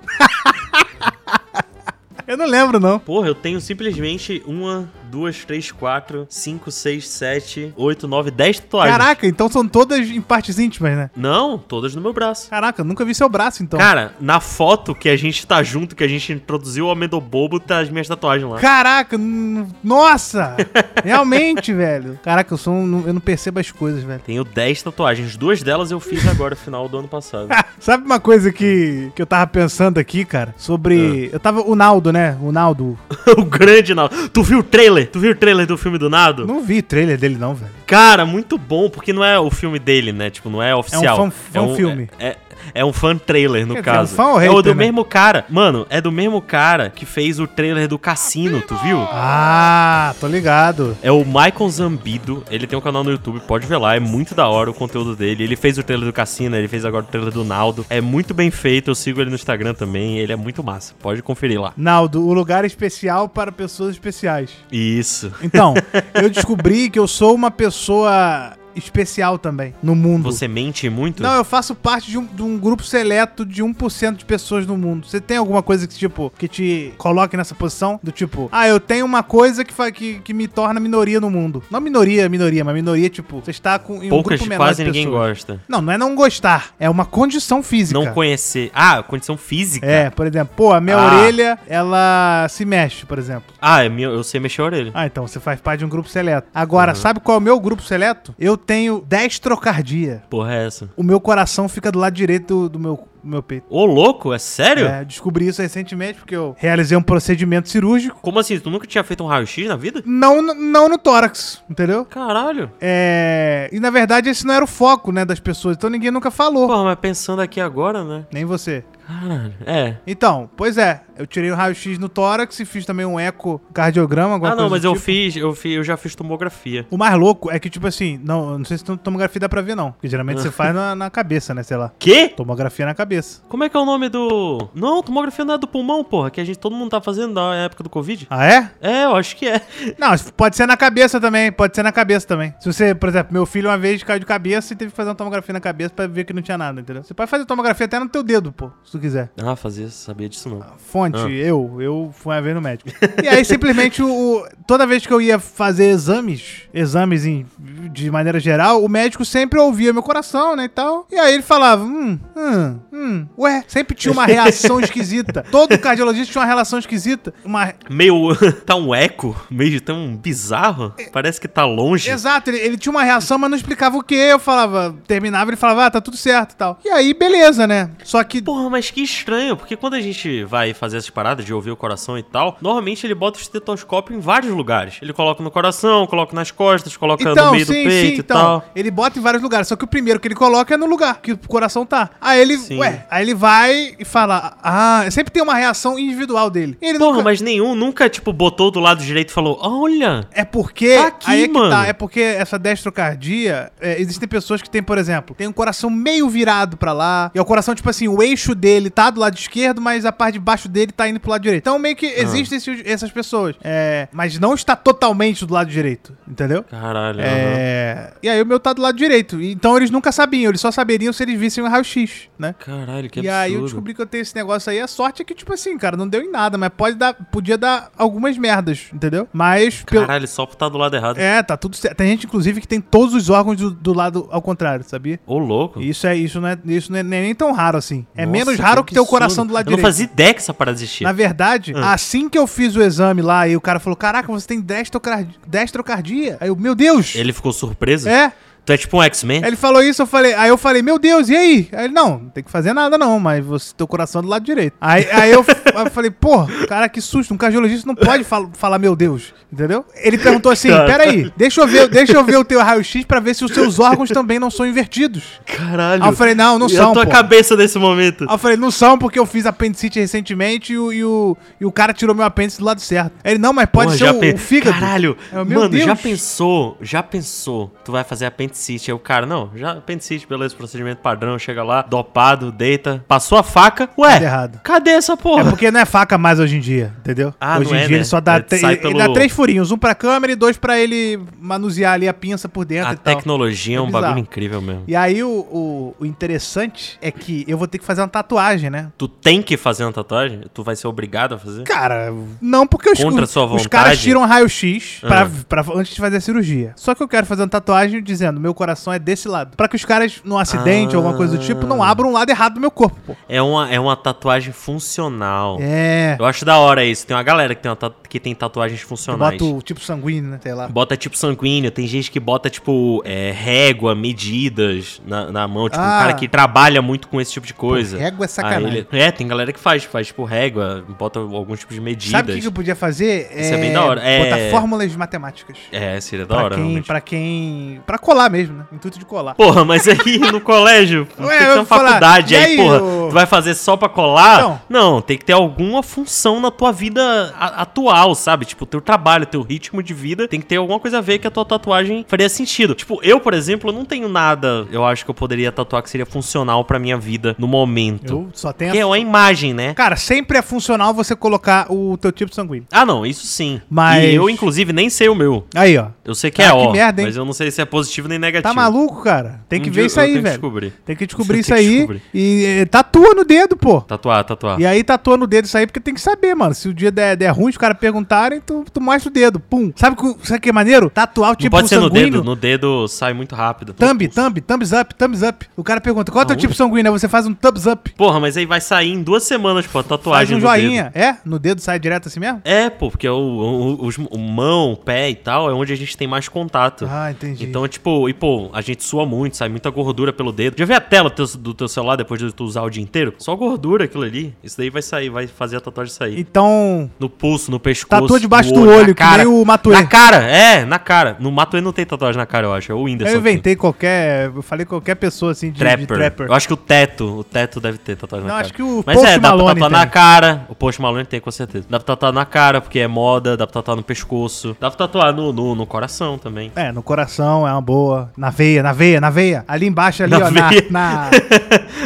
Speaker 3: Eu não lembro, não.
Speaker 2: Porra, eu tenho simplesmente uma, duas, três, quatro, cinco, seis, sete, oito, nove, dez tatuagens.
Speaker 3: Caraca, então são todas em partes íntimas, né?
Speaker 2: Não, todas no meu braço.
Speaker 3: Caraca, eu nunca vi seu braço, então.
Speaker 2: Cara, na foto que a gente tá junto, que a gente introduziu o Amendo Bobo, tá as minhas tatuagens lá.
Speaker 3: Caraca, n- nossa! Realmente, velho. Caraca, eu, sou um- eu não percebo as coisas, velho.
Speaker 2: Tenho 10 tatuagens. Duas delas eu fiz agora, no final do ano passado.
Speaker 3: Sabe uma coisa que, que eu tava pensando aqui, cara?
Speaker 2: Ah.
Speaker 3: Sobre. Eu tava. O Naldo, né? O Naldo.
Speaker 2: o grande Naldo. Tu viu o trailer? Tu viu o trailer do filme do Nado?
Speaker 3: Não vi trailer dele, não, velho.
Speaker 2: Cara, muito bom, porque não é o filme dele, né? Tipo, não é oficial.
Speaker 3: fan- fan um filme.
Speaker 2: É, é- é um fan trailer, no
Speaker 3: Quer dizer,
Speaker 2: caso.
Speaker 3: um fan ou
Speaker 2: é o
Speaker 3: hater,
Speaker 2: do
Speaker 3: né?
Speaker 2: mesmo cara. Mano, é do mesmo cara que fez o trailer do Cassino, tu viu?
Speaker 3: Ah, tô ligado.
Speaker 2: É o Michael Zambido, ele tem um canal no YouTube, pode ver lá, é muito da hora o conteúdo dele. Ele fez o trailer do Cassino, ele fez agora o trailer do Naldo. É muito bem feito, eu sigo ele no Instagram também, ele é muito massa. Pode conferir lá.
Speaker 3: Naldo, o lugar especial para pessoas especiais.
Speaker 2: Isso.
Speaker 3: Então, eu descobri que eu sou uma pessoa especial também no mundo.
Speaker 2: Você é. mente muito?
Speaker 3: Não, eu faço parte de um, de um grupo seleto de 1% de pessoas no mundo. Você tem alguma coisa que, tipo, que te coloque nessa posição? Do tipo, ah, eu tenho uma coisa que, fa- que, que me torna minoria no mundo. Não minoria, minoria, mas minoria, tipo, você está com em
Speaker 2: Poucas, quase ninguém
Speaker 3: pessoas.
Speaker 2: gosta.
Speaker 3: Não, não é não gostar. É uma condição física.
Speaker 2: Não conhecer. Ah, condição física.
Speaker 3: É, por exemplo, pô, a minha
Speaker 2: Ah.
Speaker 3: orelha, ela se mexe, por exemplo.
Speaker 2: Ah, é meu- eu sei mexer a orelha.
Speaker 3: Ah, então você faz parte de um grupo seleto.
Speaker 2: Uhum.
Speaker 3: Agora, sabe qual é o meu grupo seleto? Eu tenho 10 trocardia.
Speaker 2: Porra, é essa?
Speaker 3: O meu coração fica do lado direito do, do meu, do meu peito.
Speaker 2: Ô, louco, é sério?
Speaker 3: É, descobri isso recentemente porque eu realizei um procedimento cirúrgico.
Speaker 2: Como assim? Tu nunca tinha feito um raio-x na vida?
Speaker 3: Não, no- não no tórax, entendeu?
Speaker 2: Caralho.
Speaker 3: É. E na verdade esse não era o foco, né, das pessoas. Então ninguém nunca falou.
Speaker 2: Porra, mas pensando aqui agora, né?
Speaker 3: Nem você.
Speaker 2: Caralho. É.
Speaker 3: Então, pois é, eu tirei o raio-x no tórax e fiz também um ecocardiograma. alguma
Speaker 2: Ah, não,
Speaker 3: coisa
Speaker 2: mas
Speaker 3: do
Speaker 2: eu
Speaker 3: tipo.
Speaker 2: fiz, eu fiz, eu já fiz tomografia.
Speaker 3: O mais louco é que, tipo assim, não, eu não sei se tom- tomografia dá pra ver, não. Porque geralmente você faz na, na cabeça, né? Sei lá.
Speaker 2: Quê?
Speaker 3: Tomografia na cabeça.
Speaker 2: Como é que é o nome do. Não, tomografia não é do pulmão, porra, que a gente todo mundo tá fazendo na época do Covid.
Speaker 3: Ah, é?
Speaker 2: É, eu acho que é.
Speaker 3: Não, isso pode ser na cabeça também, pode ser na cabeça também. Se você, por exemplo, meu filho uma vez caiu de cabeça e teve que fazer uma tomografia na cabeça pra ver que não tinha nada, entendeu? Você pode fazer tomografia até no teu dedo, pô, se tu quiser.
Speaker 2: Ah, fazia, sabia disso não.
Speaker 3: Fonte,
Speaker 2: Ah.
Speaker 3: eu, eu fui uma vez no médico. E aí simplesmente o, o- toda vez que eu ia fazer exames, exames em- de maneira geral, o médico sempre ouvia meu coração, né, e tal. E aí ele falava, hum, hum, hum, ué, sempre tinha uma reação esquisita. Todo cardiologista tinha uma relação esquisita, uma
Speaker 2: Meio. tá um eco, meio tão bizarro. Parece que tá longe.
Speaker 3: Exato, ele, ele tinha uma reação, mas não explicava o que. Eu falava, terminava, ele falava, ah, tá tudo certo e tal. E aí, beleza, né? Só que.
Speaker 2: Porra, mas que estranho, porque quando a gente vai fazer essas paradas de ouvir o coração e tal, normalmente ele bota o estetoscópio em vários lugares. Ele coloca no coração, coloca nas costas, coloca
Speaker 3: então,
Speaker 2: no meio do peito e tal.
Speaker 3: Ele bota em vários lugares, só que o primeiro que ele coloca é no lugar que o coração tá. Aí ele,
Speaker 2: Sim.
Speaker 3: ué, aí ele vai e fala, ah, sempre tem uma reação individual dele. Ele
Speaker 2: Porra,
Speaker 3: nunca-
Speaker 2: mas nenhum nunca, tipo, botou do lado direito e falou, olha,
Speaker 3: É porque.
Speaker 2: Tá aqui,
Speaker 3: aí é que
Speaker 2: mano.
Speaker 3: tá. É porque essa destrocardia. é, existem pessoas que têm, por exemplo, tem um coração meio virado pra lá. E é o coração, tipo assim, o eixo dele tá do lado esquerdo, mas a parte de baixo dele tá indo pro lado direito. Então meio que
Speaker 2: Ah.
Speaker 3: existem esses- essas pessoas. É, mas não está totalmente do lado direito. Entendeu?
Speaker 2: caralho. aham.
Speaker 3: É, e aí o meu tá do lado direito. E Então eles nunca sabiam, eles só saberiam se eles vissem o raio-x, né?
Speaker 2: Caralho, que
Speaker 3: e
Speaker 2: absurdo.
Speaker 3: aí eu descobri que eu tenho esse negócio aí. A sorte é que, tipo assim, cara, não deu em nada, mas pode dar, podia dar algumas merdas, entendeu? Mas pelo,
Speaker 2: Caralho, só por estar do lado errado.
Speaker 3: é, tá tudo certo. Tem gente, inclusive, que tem todos os órgãos do, do lado ao contrário, sabia?
Speaker 2: Ô, louco.
Speaker 3: E Isso é, isso não é, isso não é nem tão raro assim. É
Speaker 2: Nossa,
Speaker 3: menos raro que ter o
Speaker 2: absurdo.
Speaker 3: coração do lado
Speaker 2: Eu
Speaker 3: direito.
Speaker 2: não fazia Ah. ideia que essa parada existia.
Speaker 3: Na verdade, assim que eu fiz o exame lá e o cara falou: Caraca, você tem destrocardia. destrocardia. Aí eu, meu Deus!
Speaker 2: Ele ficou surpreso?
Speaker 3: É.
Speaker 2: Tu é tipo um X-Men?
Speaker 3: Ele falou isso, eu falei, aí eu falei, meu Deus, e aí? Aí ele, não, não tem que fazer nada não, mas você, teu coração é do lado direito. Aí, aí eu, aí eu falei, pô, cara, que susto, um cardiologista não pode fal- falar meu Deus, entendeu? Ele perguntou assim,
Speaker 2: Tá, tá.
Speaker 3: peraí, deixa eu ver, deixa eu ver o teu raio-x pra ver se os seus órgãos também não são invertidos.
Speaker 2: Caralho.
Speaker 3: Aí eu falei, não, não
Speaker 2: E
Speaker 3: são,
Speaker 2: a tua
Speaker 3: pô. Ah,
Speaker 2: cabeça nesse momento.
Speaker 3: Aí eu falei, não são, porque eu fiz apendicite recentemente e o, e o, e o cara tirou meu apêndice do lado certo. Aí Ele, não, mas
Speaker 2: Porra,
Speaker 3: pode ser
Speaker 2: já
Speaker 3: o,
Speaker 2: pe-
Speaker 3: o fígado.
Speaker 2: Caralho.
Speaker 3: Eu, meu
Speaker 2: mano, já
Speaker 3: Deus.
Speaker 2: pensou? Já pensou? Tu vai fazer apendicite. Aí o cara, não, já apendicite, beleza, procedimento padrão. Chega lá, dopado, deita, passou a faca. Ué,
Speaker 3: Tá errado.
Speaker 2: cadê essa
Speaker 3: É
Speaker 2: porra?
Speaker 3: porque não é faca mais hoje em dia, entendeu?
Speaker 2: Ah,
Speaker 3: hoje
Speaker 2: não
Speaker 3: em
Speaker 2: é,
Speaker 3: dia
Speaker 2: né?
Speaker 3: ele só dá,
Speaker 2: É,
Speaker 3: tre-
Speaker 2: sai
Speaker 3: ele
Speaker 2: pelo-
Speaker 3: dá três furinhos, um pra câmera e dois pra ele manusear ali a pinça por dentro
Speaker 2: A
Speaker 3: e tal.
Speaker 2: tecnologia é
Speaker 3: É
Speaker 2: um
Speaker 3: bizarro.
Speaker 2: bagulho incrível mesmo.
Speaker 3: E é- aí o, o- o interessante é que eu vou ter que fazer uma tatuagem, né?
Speaker 2: Tu tem que fazer uma tatuagem? Tu vai ser obrigado a fazer?
Speaker 3: Cara, não porque os,
Speaker 2: Contra a sua
Speaker 3: os
Speaker 2: vontade?
Speaker 3: caras tiram um raio-x pra-
Speaker 2: Ah.
Speaker 3: pra- antes de fazer a cirurgia. Só que eu quero fazer uma tatuagem dizendo meu coração é desse lado. Pra que os caras, num acidente
Speaker 2: Ah.
Speaker 3: ou alguma coisa do tipo, não abram um lado errado do meu corpo, pô.
Speaker 2: É uma, é uma tatuagem funcional.
Speaker 3: É.
Speaker 2: Eu acho da hora isso. Tem uma galera que tem, uma ta- que tem tatuagens
Speaker 3: Eu
Speaker 2: funcionais.
Speaker 3: boto tipo sanguíneo, né? Sei lá.
Speaker 2: Bota tipo sanguíneo, tem gente que bota tipo é, régua, medidas na, na mão, tipo
Speaker 3: Ah.
Speaker 2: um cara que trabalha muito com esse tipo de coisa.
Speaker 3: Pô, régua é sacanagem.
Speaker 2: Aí É, tem galera que faz, faz tipo régua, bota algum tipo de medidas.
Speaker 3: Sabe o que, que eu podia fazer?
Speaker 2: Isso é bem da hora. É-
Speaker 3: Botar fórmulas matemáticas.
Speaker 2: É, seria da
Speaker 3: pra
Speaker 2: hora,
Speaker 3: quem,
Speaker 2: realmente.
Speaker 3: pra quem. Pra colar mesmo, né? Intuito de colar.
Speaker 2: Porra, mas aí no colégio, tem
Speaker 3: Ué,
Speaker 2: que
Speaker 3: eu
Speaker 2: ter
Speaker 3: vou
Speaker 2: uma
Speaker 3: falar,
Speaker 2: faculdade,
Speaker 3: e
Speaker 2: aí,
Speaker 3: aí,
Speaker 2: porra,
Speaker 3: o-
Speaker 2: tu vai fazer só pra colar?
Speaker 3: Então.
Speaker 2: Não, tem que ter alguma função na tua vida a- atual, sabe? Tipo, teu trabalho, teu ritmo de vida, tem que ter alguma coisa a ver que a tua tatuagem faria sentido. Tipo, eu, por exemplo, não tenho nada, eu acho que eu poderia tatuar que seria funcional pra minha vida no momento.
Speaker 3: Eu só
Speaker 2: Que é
Speaker 3: tenho.
Speaker 2: uma imagem, né?
Speaker 3: Cara, sempre é funcional você colocar o teu tipo sanguíneo.
Speaker 2: Ah, não, isso sim.
Speaker 3: Mas-
Speaker 2: E eu, inclusive, nem sei o meu.
Speaker 3: Aí, ó.
Speaker 2: Eu sei que
Speaker 3: Ah,
Speaker 2: é
Speaker 3: que
Speaker 2: ó,
Speaker 3: merda, hein?
Speaker 2: mas eu não sei se é positivo nem negativo.
Speaker 3: Tá maluco, cara? Tem
Speaker 2: Um
Speaker 3: que
Speaker 2: dia
Speaker 3: ver isso
Speaker 2: eu
Speaker 3: aí,
Speaker 2: tenho que
Speaker 3: velho.
Speaker 2: descobrir.
Speaker 3: Tem que descobrir
Speaker 2: Eu
Speaker 3: isso
Speaker 2: tenho que
Speaker 3: aí.
Speaker 2: descobrir. Tá.
Speaker 3: E eh, tatua no dedo, pô.
Speaker 2: Tatuar, tatuar.
Speaker 3: E aí tatua no dedo isso aí, porque tem que saber, mano. Se o dia der, der ruim, os caras perguntarem, tu, tu mostra o dedo. Pum. Sabe o que, sabe que é maneiro? Tatuar o
Speaker 2: Não
Speaker 3: tipo
Speaker 2: pode ser no
Speaker 3: sanguíneo.
Speaker 2: dedo, no dedo sai muito rápido.
Speaker 3: Thumb, thumb, thumbs up, thumbs up. O cara pergunta, qual é o teu
Speaker 2: Aonde?
Speaker 3: tipo sanguíneo? Aí Você faz um thumbs up.
Speaker 2: Porra, mas aí vai sair em duas semanas, pô, a
Speaker 3: Faz
Speaker 2: tatuagem
Speaker 3: um
Speaker 2: no dedo.
Speaker 3: joinha. É? No dedo sai direto assim mesmo?
Speaker 2: É, pô, porque o, o, os- o mão, o pé e tal é onde a gente tem mais contato.
Speaker 3: Ah, entendi.
Speaker 2: Então, tipo, e pô, a gente sua muito, sai muita gordura pelo dedo. Já vê a tela do teu, do teu celular depois de tu usar o dia inteiro? Só gordura aquilo ali. Isso daí vai sair, vai fazer a tatuagem sair.
Speaker 3: Então,
Speaker 2: No pulso, no pescoço.
Speaker 3: tatua
Speaker 2: no
Speaker 3: debaixo do
Speaker 2: na
Speaker 3: olho, que
Speaker 2: cara.
Speaker 3: nem o Matuê.
Speaker 2: Na cara, é, na cara. No Matuê não tem tatuagem na cara, eu acho. É o Whindersson.
Speaker 3: Eu
Speaker 2: que tem.
Speaker 3: inventei qualquer. Eu falei qualquer pessoa assim de
Speaker 2: Trapper.
Speaker 3: de trapper.
Speaker 2: Eu acho que o teto, o teto deve ter tatuagem
Speaker 3: Não,
Speaker 2: na cara.
Speaker 3: acho que o
Speaker 2: Mas
Speaker 3: Post
Speaker 2: é, dá
Speaker 3: Malone
Speaker 2: pra tatuar
Speaker 3: tem.
Speaker 2: na cara. O Post Malone tem, com certeza. Dá pra tatuar na cara, porque é moda, dá pra tatuar no pescoço. Dá pra tatuar no, no, no coração também.
Speaker 3: É, no coração é uma boa. Na veia, na veia, na veia. Ali embaixo, ali,
Speaker 2: Na
Speaker 3: ó.
Speaker 2: veia.
Speaker 3: Na, na-